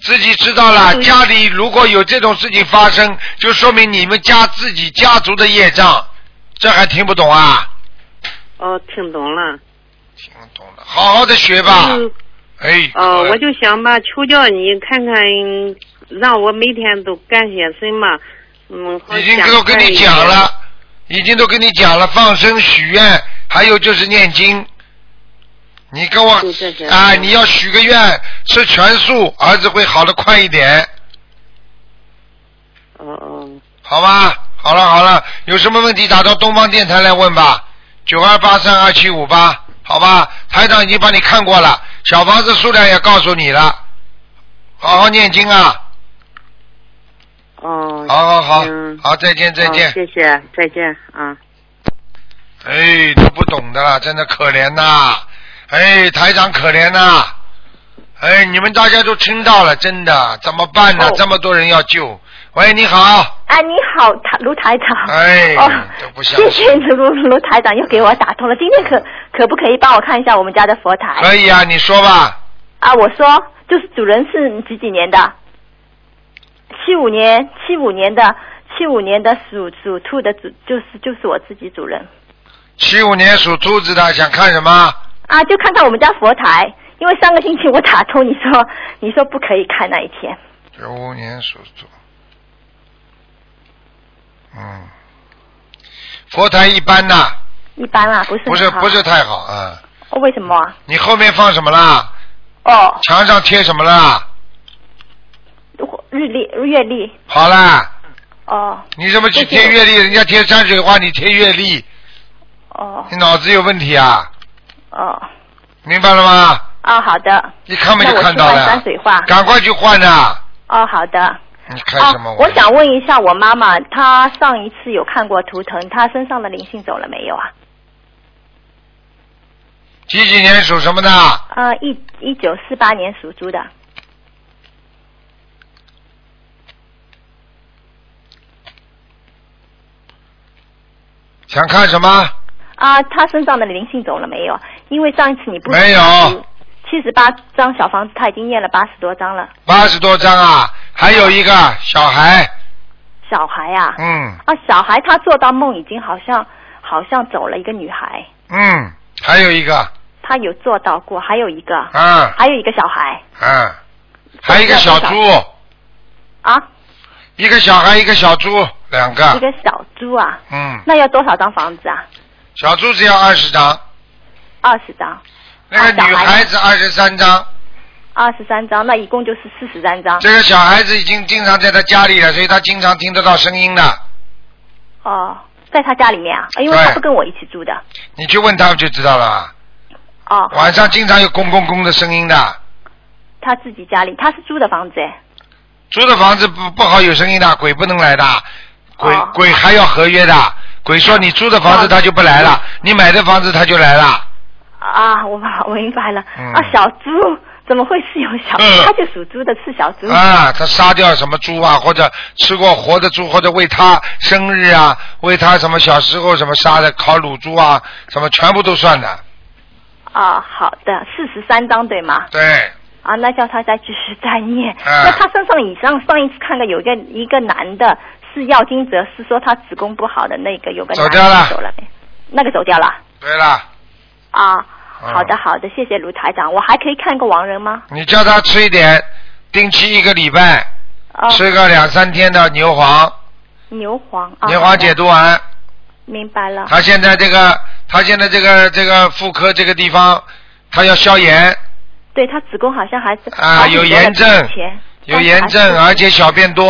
自己知道了，
嗯
家里如果有这种事情发生，就说明你们家自己家族的业障，这还听不懂啊？
哦，听懂了。
好好的学吧，
嗯
哎，
哦，我就想吧，求教你看看，嗯让我每天都干些什么。嗯，好
已经
加
都跟
快
你
一
讲
点
了。，已经都跟你讲了，放生、许愿，还有就是念经。你跟我啊，你要许个愿，吃全素，儿子会好的快一点。
哦哦，
好吧，好了好了，有什么问题打到东方电台来问吧，九二八三二七五八，好吧，台长已经帮你看过了，小房子数量也告诉你了，好好念经啊，
哦，
好好好
嗯，
好，再见再见
哦。谢谢，再见啊。
哎，都不懂的啦，真的可怜呐！哎，台长可怜呐！哎，你们大家都听到了，真的怎么办
哦
呢？这么多人要救。喂，你好，
啊，你好，台卢台长。
哎
哦，
都不相
谢
信。
谢卢卢台长又给我打通了。今天可可不可以帮我看一下我们家的佛台？
可以啊，你说吧，
啊，我说就是主人是几几年的？七五年，七五年的，七五年的属属兔的主就是就是我自己主人
七五年属兔子的想看什么？
啊，就看看我们家佛台，因为上个星期我打通，你说你说不可以看那一天。
九五年属兔。嗯，佛台一般呐，
一般啦，不是
不是
很好
不是太好啊、嗯
哦，为什么啊？
你后面放什么啦？
哦。
墙上贴什么啦？
日历月历
好啦。
哦
你怎么去贴月历？人家贴山水画，你贴月历。
哦。
你脑子有问题啊？
哦
明白了吗？
哦，好的。
一看嘛就
那我
看
去
到
换
了
山水画。
赶快去换呐、
哦，好的。
你看什么
哦我想问一下我妈妈，她上一次有看过图腾，她身上的灵性走了没有啊？
几几年属什么的？
呃，一一九四八年属猪的。
想看什么？
啊，她身上的灵性走了没有？因为上一次你不
没有
七十八张小房子，她已经念了八十多张了。
八十多张啊，还有一个小孩，
小孩啊，
嗯
啊，小孩她做到梦已经好像好像走了一个女孩，
嗯，还有一个，
她有做到过，还有一个，
嗯
还有一个小孩
嗯，还有一个小猪，
啊，
一个小孩，一个小猪，两
一
个，
个小猪啊，
嗯，
那要多少张房子啊？
小柱子要二十张，
二十张，
那个
啊小
女
孩子
孩子二十三张。
二十三张，那一共就是四十三张。
这个小孩子已经经常在他家里了，所以他经常听得到声音的。
哦，在他家里面啊，因为
对
他不跟我一起住的。
你去问他就知道了。
哦，
晚上经常有公公公的声音的，
他自己家里，他是租的房子哎。
租的房子不不好有声音的，鬼不能来的，鬼、
哦
鬼还要合约的。鬼说你租的房子他就不来了，
嗯
你买的房子他就来了。
啊，我 <laughs> 我明白了。
嗯
啊，小猪怎么会是有小猪？他就属猪的，是小猪。
啊，他杀掉什么猪啊，或者吃过活的猪，或者为他生日啊，为他什么小时候什么杀的烤乳猪啊，什么全部都算的。
啊，好的，四十三张对吗？
对，
啊，那叫他再继续再念。
啊
那他身上以上上一次看的有一个一个男的，是药精者，是说他子宫不好的那个，有个
走
男的
掉了
走了没，那个走掉了。
对了，
啊，
嗯
好的好的，谢谢卢台长，我还可以看个亡人吗？
你叫他吃一点，定期一个礼拜、
哦，
吃个两三天的牛黄，
牛黄啊，
牛黄解毒丸。
明白了。
他现在这个，他现在这个这个妇科这个地方，他要消炎，
对他子宫好像还是
啊
好几
有
年了
炎症
之前
有炎
但
症
是，哦还是
而且小便多，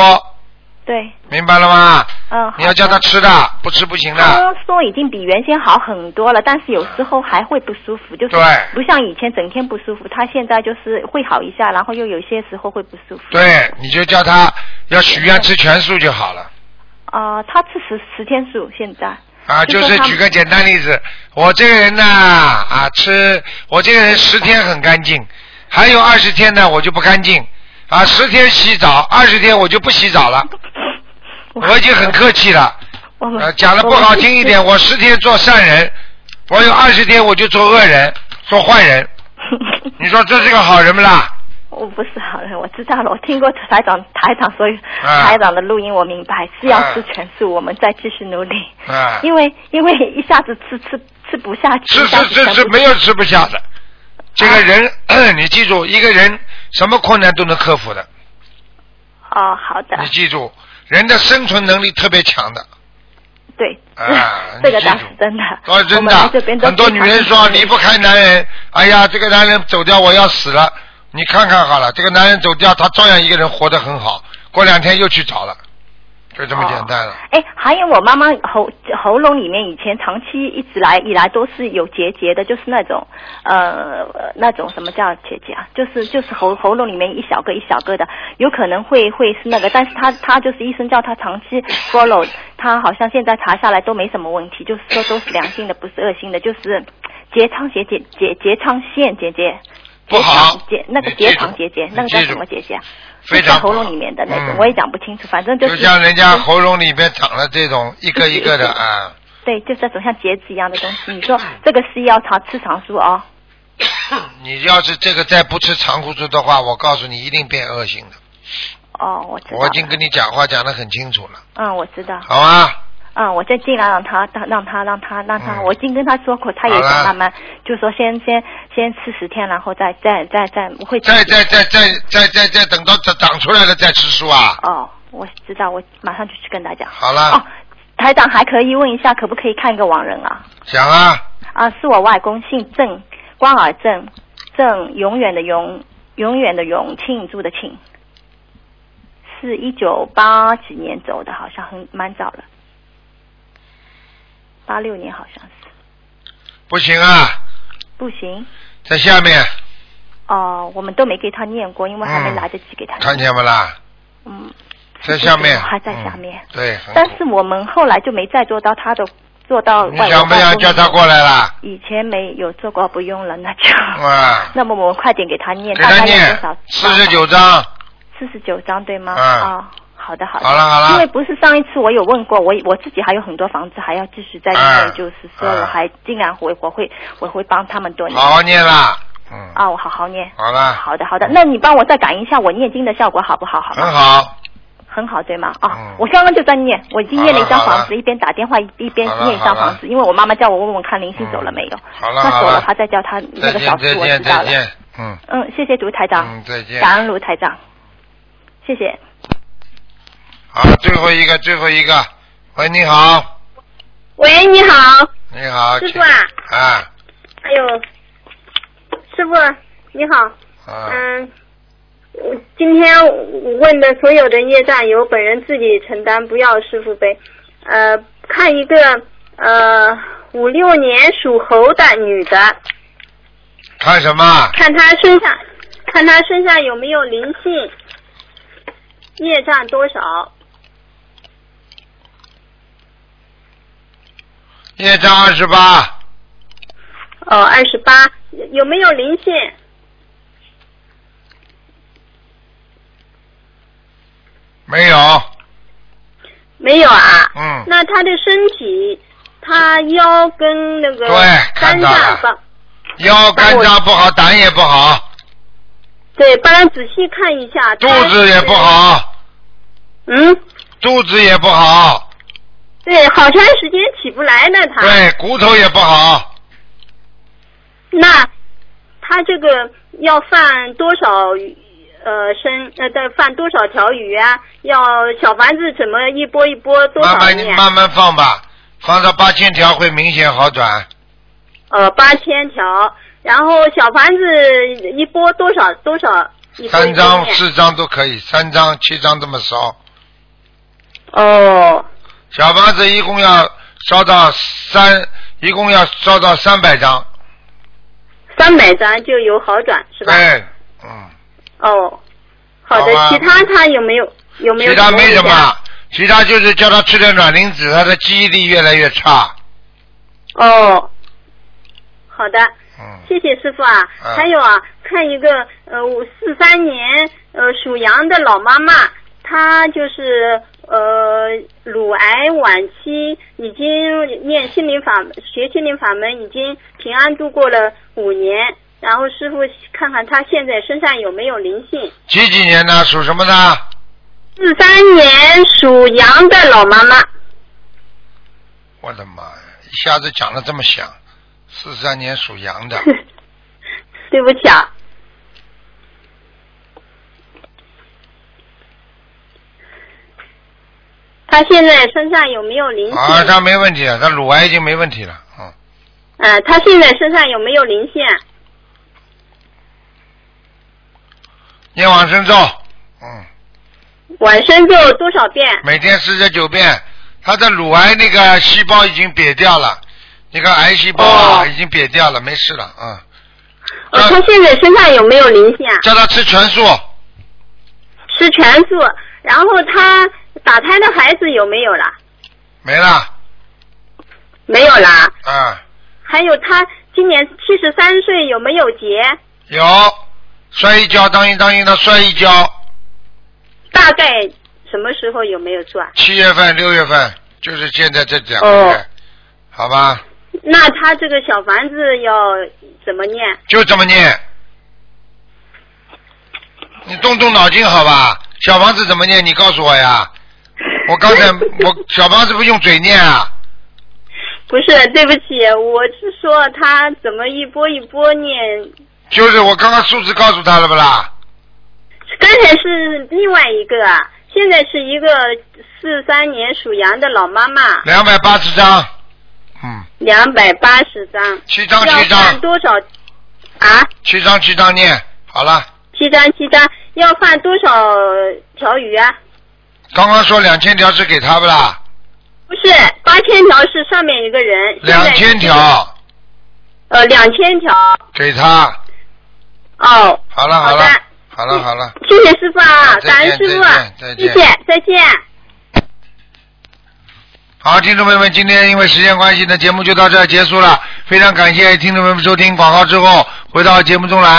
对，
明白了吗？
嗯，
你要叫他吃的，不吃不行的。
他说已经比原先好很多了，但是有时候还会不舒服，就是
对
不像以前整天不舒服，他现在就是会好一下，然后又有些时候会不舒服。
对，你就叫他要许愿吃全素就好了。
啊、他吃十十天素现在。
啊，
就
就是是
他
举个简单例子，我这个人呢，啊，吃我这个人十天很干净，还有二十天呢我就不干净，啊，十天洗澡，二十天我就不洗澡了，我已经很客气了，
我们、
呃，讲的不好听一点，我十天做善人，我有二十天我就做恶人，做坏人，你说这是个好人不啦？
我不是好人，我知道了，我听过台长台长所有、
啊
台长的录音，我明白是要
啊
吃全素，我们再继续努力，
啊，
因为因为一下子吃吃吃不下去，
吃
一下
吃
子
吃
全
吃
部
没有吃不下的，这个人、 <clears throat> 你记住，一个人什么困难都能克服的。
哦，好的，
你记住，人的生存能力特别强的
对，
啊
<laughs> ，这个
你记
倒
住
是。真的。
哦，真
我们来这
的
边，都
很多女人说离不开男人，哎呀，这个男人走掉，我要死了。你看看好了，这个男人走掉，他照样一个人活得很好，过两天又去找了，就这么简单了。
哎，还有我妈妈喉喉咙里面以前长期一直来以来都是有结节的，就是那种呃呃那种什么叫结节啊？就是就是喉喉咙里面一小个一小个的，有可能会会是那个，但是她她就是医生叫她长期 follow，她好像现在查下来都没什么问题，就是说都是良性的，不是恶性的，就是结肠结节结结肠腺结节。
不好
结肠结那个
你记
结
住
肠结节，那个
你
叫
记
什
住
么结节啊？
非
就
常
在
不
喉咙
好
里面的那
嗯
种，我也讲不清楚，反正就是
就像人家喉咙里边长了这种一个一个
<laughs>
的啊，
对，就是那种像结子一样的东西。你说这个是要常吃常素哦？
你要是这个再不吃长胡素的话，我告诉你一定变恶性的。
哦，我知道
我已
了。
经跟你讲话讲得很清楚了，
嗯，我知道。
好吗？
嗯，我就尽量让他，让让他，让他，让他。
嗯
我已经跟他说过，他也
好了
想慢慢，就说先先先吃十天，然后再再再再我会。
再再再再再再再等到长长出来了再吃素啊。
哦，我知道，我马上就去跟他讲。
好了，
哦台长还可以问一下，可不可以看个亡人啊？
讲啊，
啊，是我外公，姓郑，关尔郑，郑永远的永，永远的永，庆祝的庆，是一九八几年走的，好像很蛮早了，八六年好像是，
不行啊，
不行
在下面
哦、我们都没给他念过，因为还没
嗯
来得及给他念。
看见不啦？
嗯，
在下面嗯
还在下面，嗯
对，很
但是我们后来就没再做到他的，做到
你
外
想不想叫他过来啦？
以前没有做过，不用了，那就。 <laughs>
啊，
那么我们快点给他念，
给
大
他
概要
念
多少？
四十九章，
四十九章对吗？
嗯
啊、好的好的。
好了好了
因为不是上一次我有问过，我我自己还有很多房子还要继续再念，
嗯
就是说我还尽量会我会我会帮他们多念。
好好嗯念啦。
啊，我好好念。
好了，
好的好的，那你帮我再感应一下我念经的效果好不好？好吗？
很好，
很好对吗？啊、我刚刚就在念，我已经念了一
嗯
张
好了
房
好
子，一边打电话一一边
好了
念一
好
张
了嗯
房子，因为我妈妈叫我问问看灵性走了没有。
好了
那
好
走了
了，
她再叫她那
再
个
见
小
再
时我
见
知道
再
了。
见，嗯，
嗯，谢谢卢台长。
嗯再见
感恩卢台长，谢谢。
好，最后一个最后一个，喂，你好，
喂，你好，
你好，
师
请
傅啊，
啊
哎呦，师傅你好，
啊，
嗯，我今天问的所有的业障由本人自己承担，不要师傅背。呃，看一个呃五六年属猴的女的，
看什么？
看她身上，看她身上有没有灵性，业障多少？
业障二十八，
哦，二十八，有没有灵性？
没有，
没有啊。
嗯
那她的身体，她腰跟那个肝
看到
脏
了
吧。
腰肝脏不好，胆也不好，
对，帮他仔细看一下。
肚子也不。好，
嗯，
肚子也不好，
对，好长时间起不来呢，他。
对，骨头也不好，
那他这个要放多少鱼呃生呃再放多少条鱼啊？要小房子怎么一波一波多
慢
少
慢
年？
慢慢放吧，放到八千条会明显好转，
呃，八千条，然后小房子一波多少多少？一波一
三
波
张
念
四张都可以，三张七张这么烧。
哦。
小房子一共要烧到三，一共要烧到三百张，
三百张就有好转是吧？
哎，
哦，好的，
好啊
其他他有没有有没有？
其他没什
啊
么，其他就是叫他吃点卵磷脂，他的记忆力越来越差。
哦，好的，
嗯，
谢谢师傅啊。
嗯
还有啊，看一个呃，我四三年呃属羊的老妈妈，她就是呃乳癌晚期，已经念心灵法学心灵法门，已经平安度过了五年。然后师傅看看她现在身上有没有灵性。
几几年呢？属什么呢？
四三年属羊的老妈妈，
我的妈呀！一下子讲的这么响，四三年属羊
<laughs>
的，
对不起啊。她现在身上有没有灵性？
啊，他没问题啊，他乳癌已经没问题了，嗯，
呃，他现在身上有没有灵性？
念往生
<laughs>
咒，嗯，
晚生咒多少遍？
每天四十九遍，他的乳癌那个细胞已经瘪掉了，那个癌细胞啊、已经瘪掉了，没事了，嗯，
哦，他现在身上有没有灵性啊？
叫他吃全素，
吃全素，然后他打胎的孩子有没有啦？
没了，
没有啦。
啊，
还有他今年七十三岁有没有结？
有摔一跤，当心当心，他摔一跤，
大概什么时候有没有做啊？
七月份、六月份，就是现在这两个
哦
月，好吧，
那他这个小房子要怎么念？
就这么念。你动动脑筋好吧？小房子怎么念？你告诉我呀。我刚
<laughs>
才我小房子不用嘴念啊，
不是，对不起，我是说他怎么一波一波念，
就是我刚刚数字告诉他了不啦？
刚才是另外一个啊，现在是一个四三年属羊的老妈妈，
两百八十张，
两百八十张，
七张
要
七
放
张
多少啊？
七张七张念，好了。
七张七张，要放多少条鱼啊？
刚刚说两千条是给他不啦？
不是八千条是上面一个人，现
两
在
千条
呃两千条
给他，
哦，
好了好了好了好了，
谢谢师傅啊，
再见
感恩师傅啊，
再见再
谢
见
谢再见。
好，听众朋友们，今天因为时间关系呢，节目就到这儿结束了。非常感谢听众朋友们收听广告之后回到节目中来。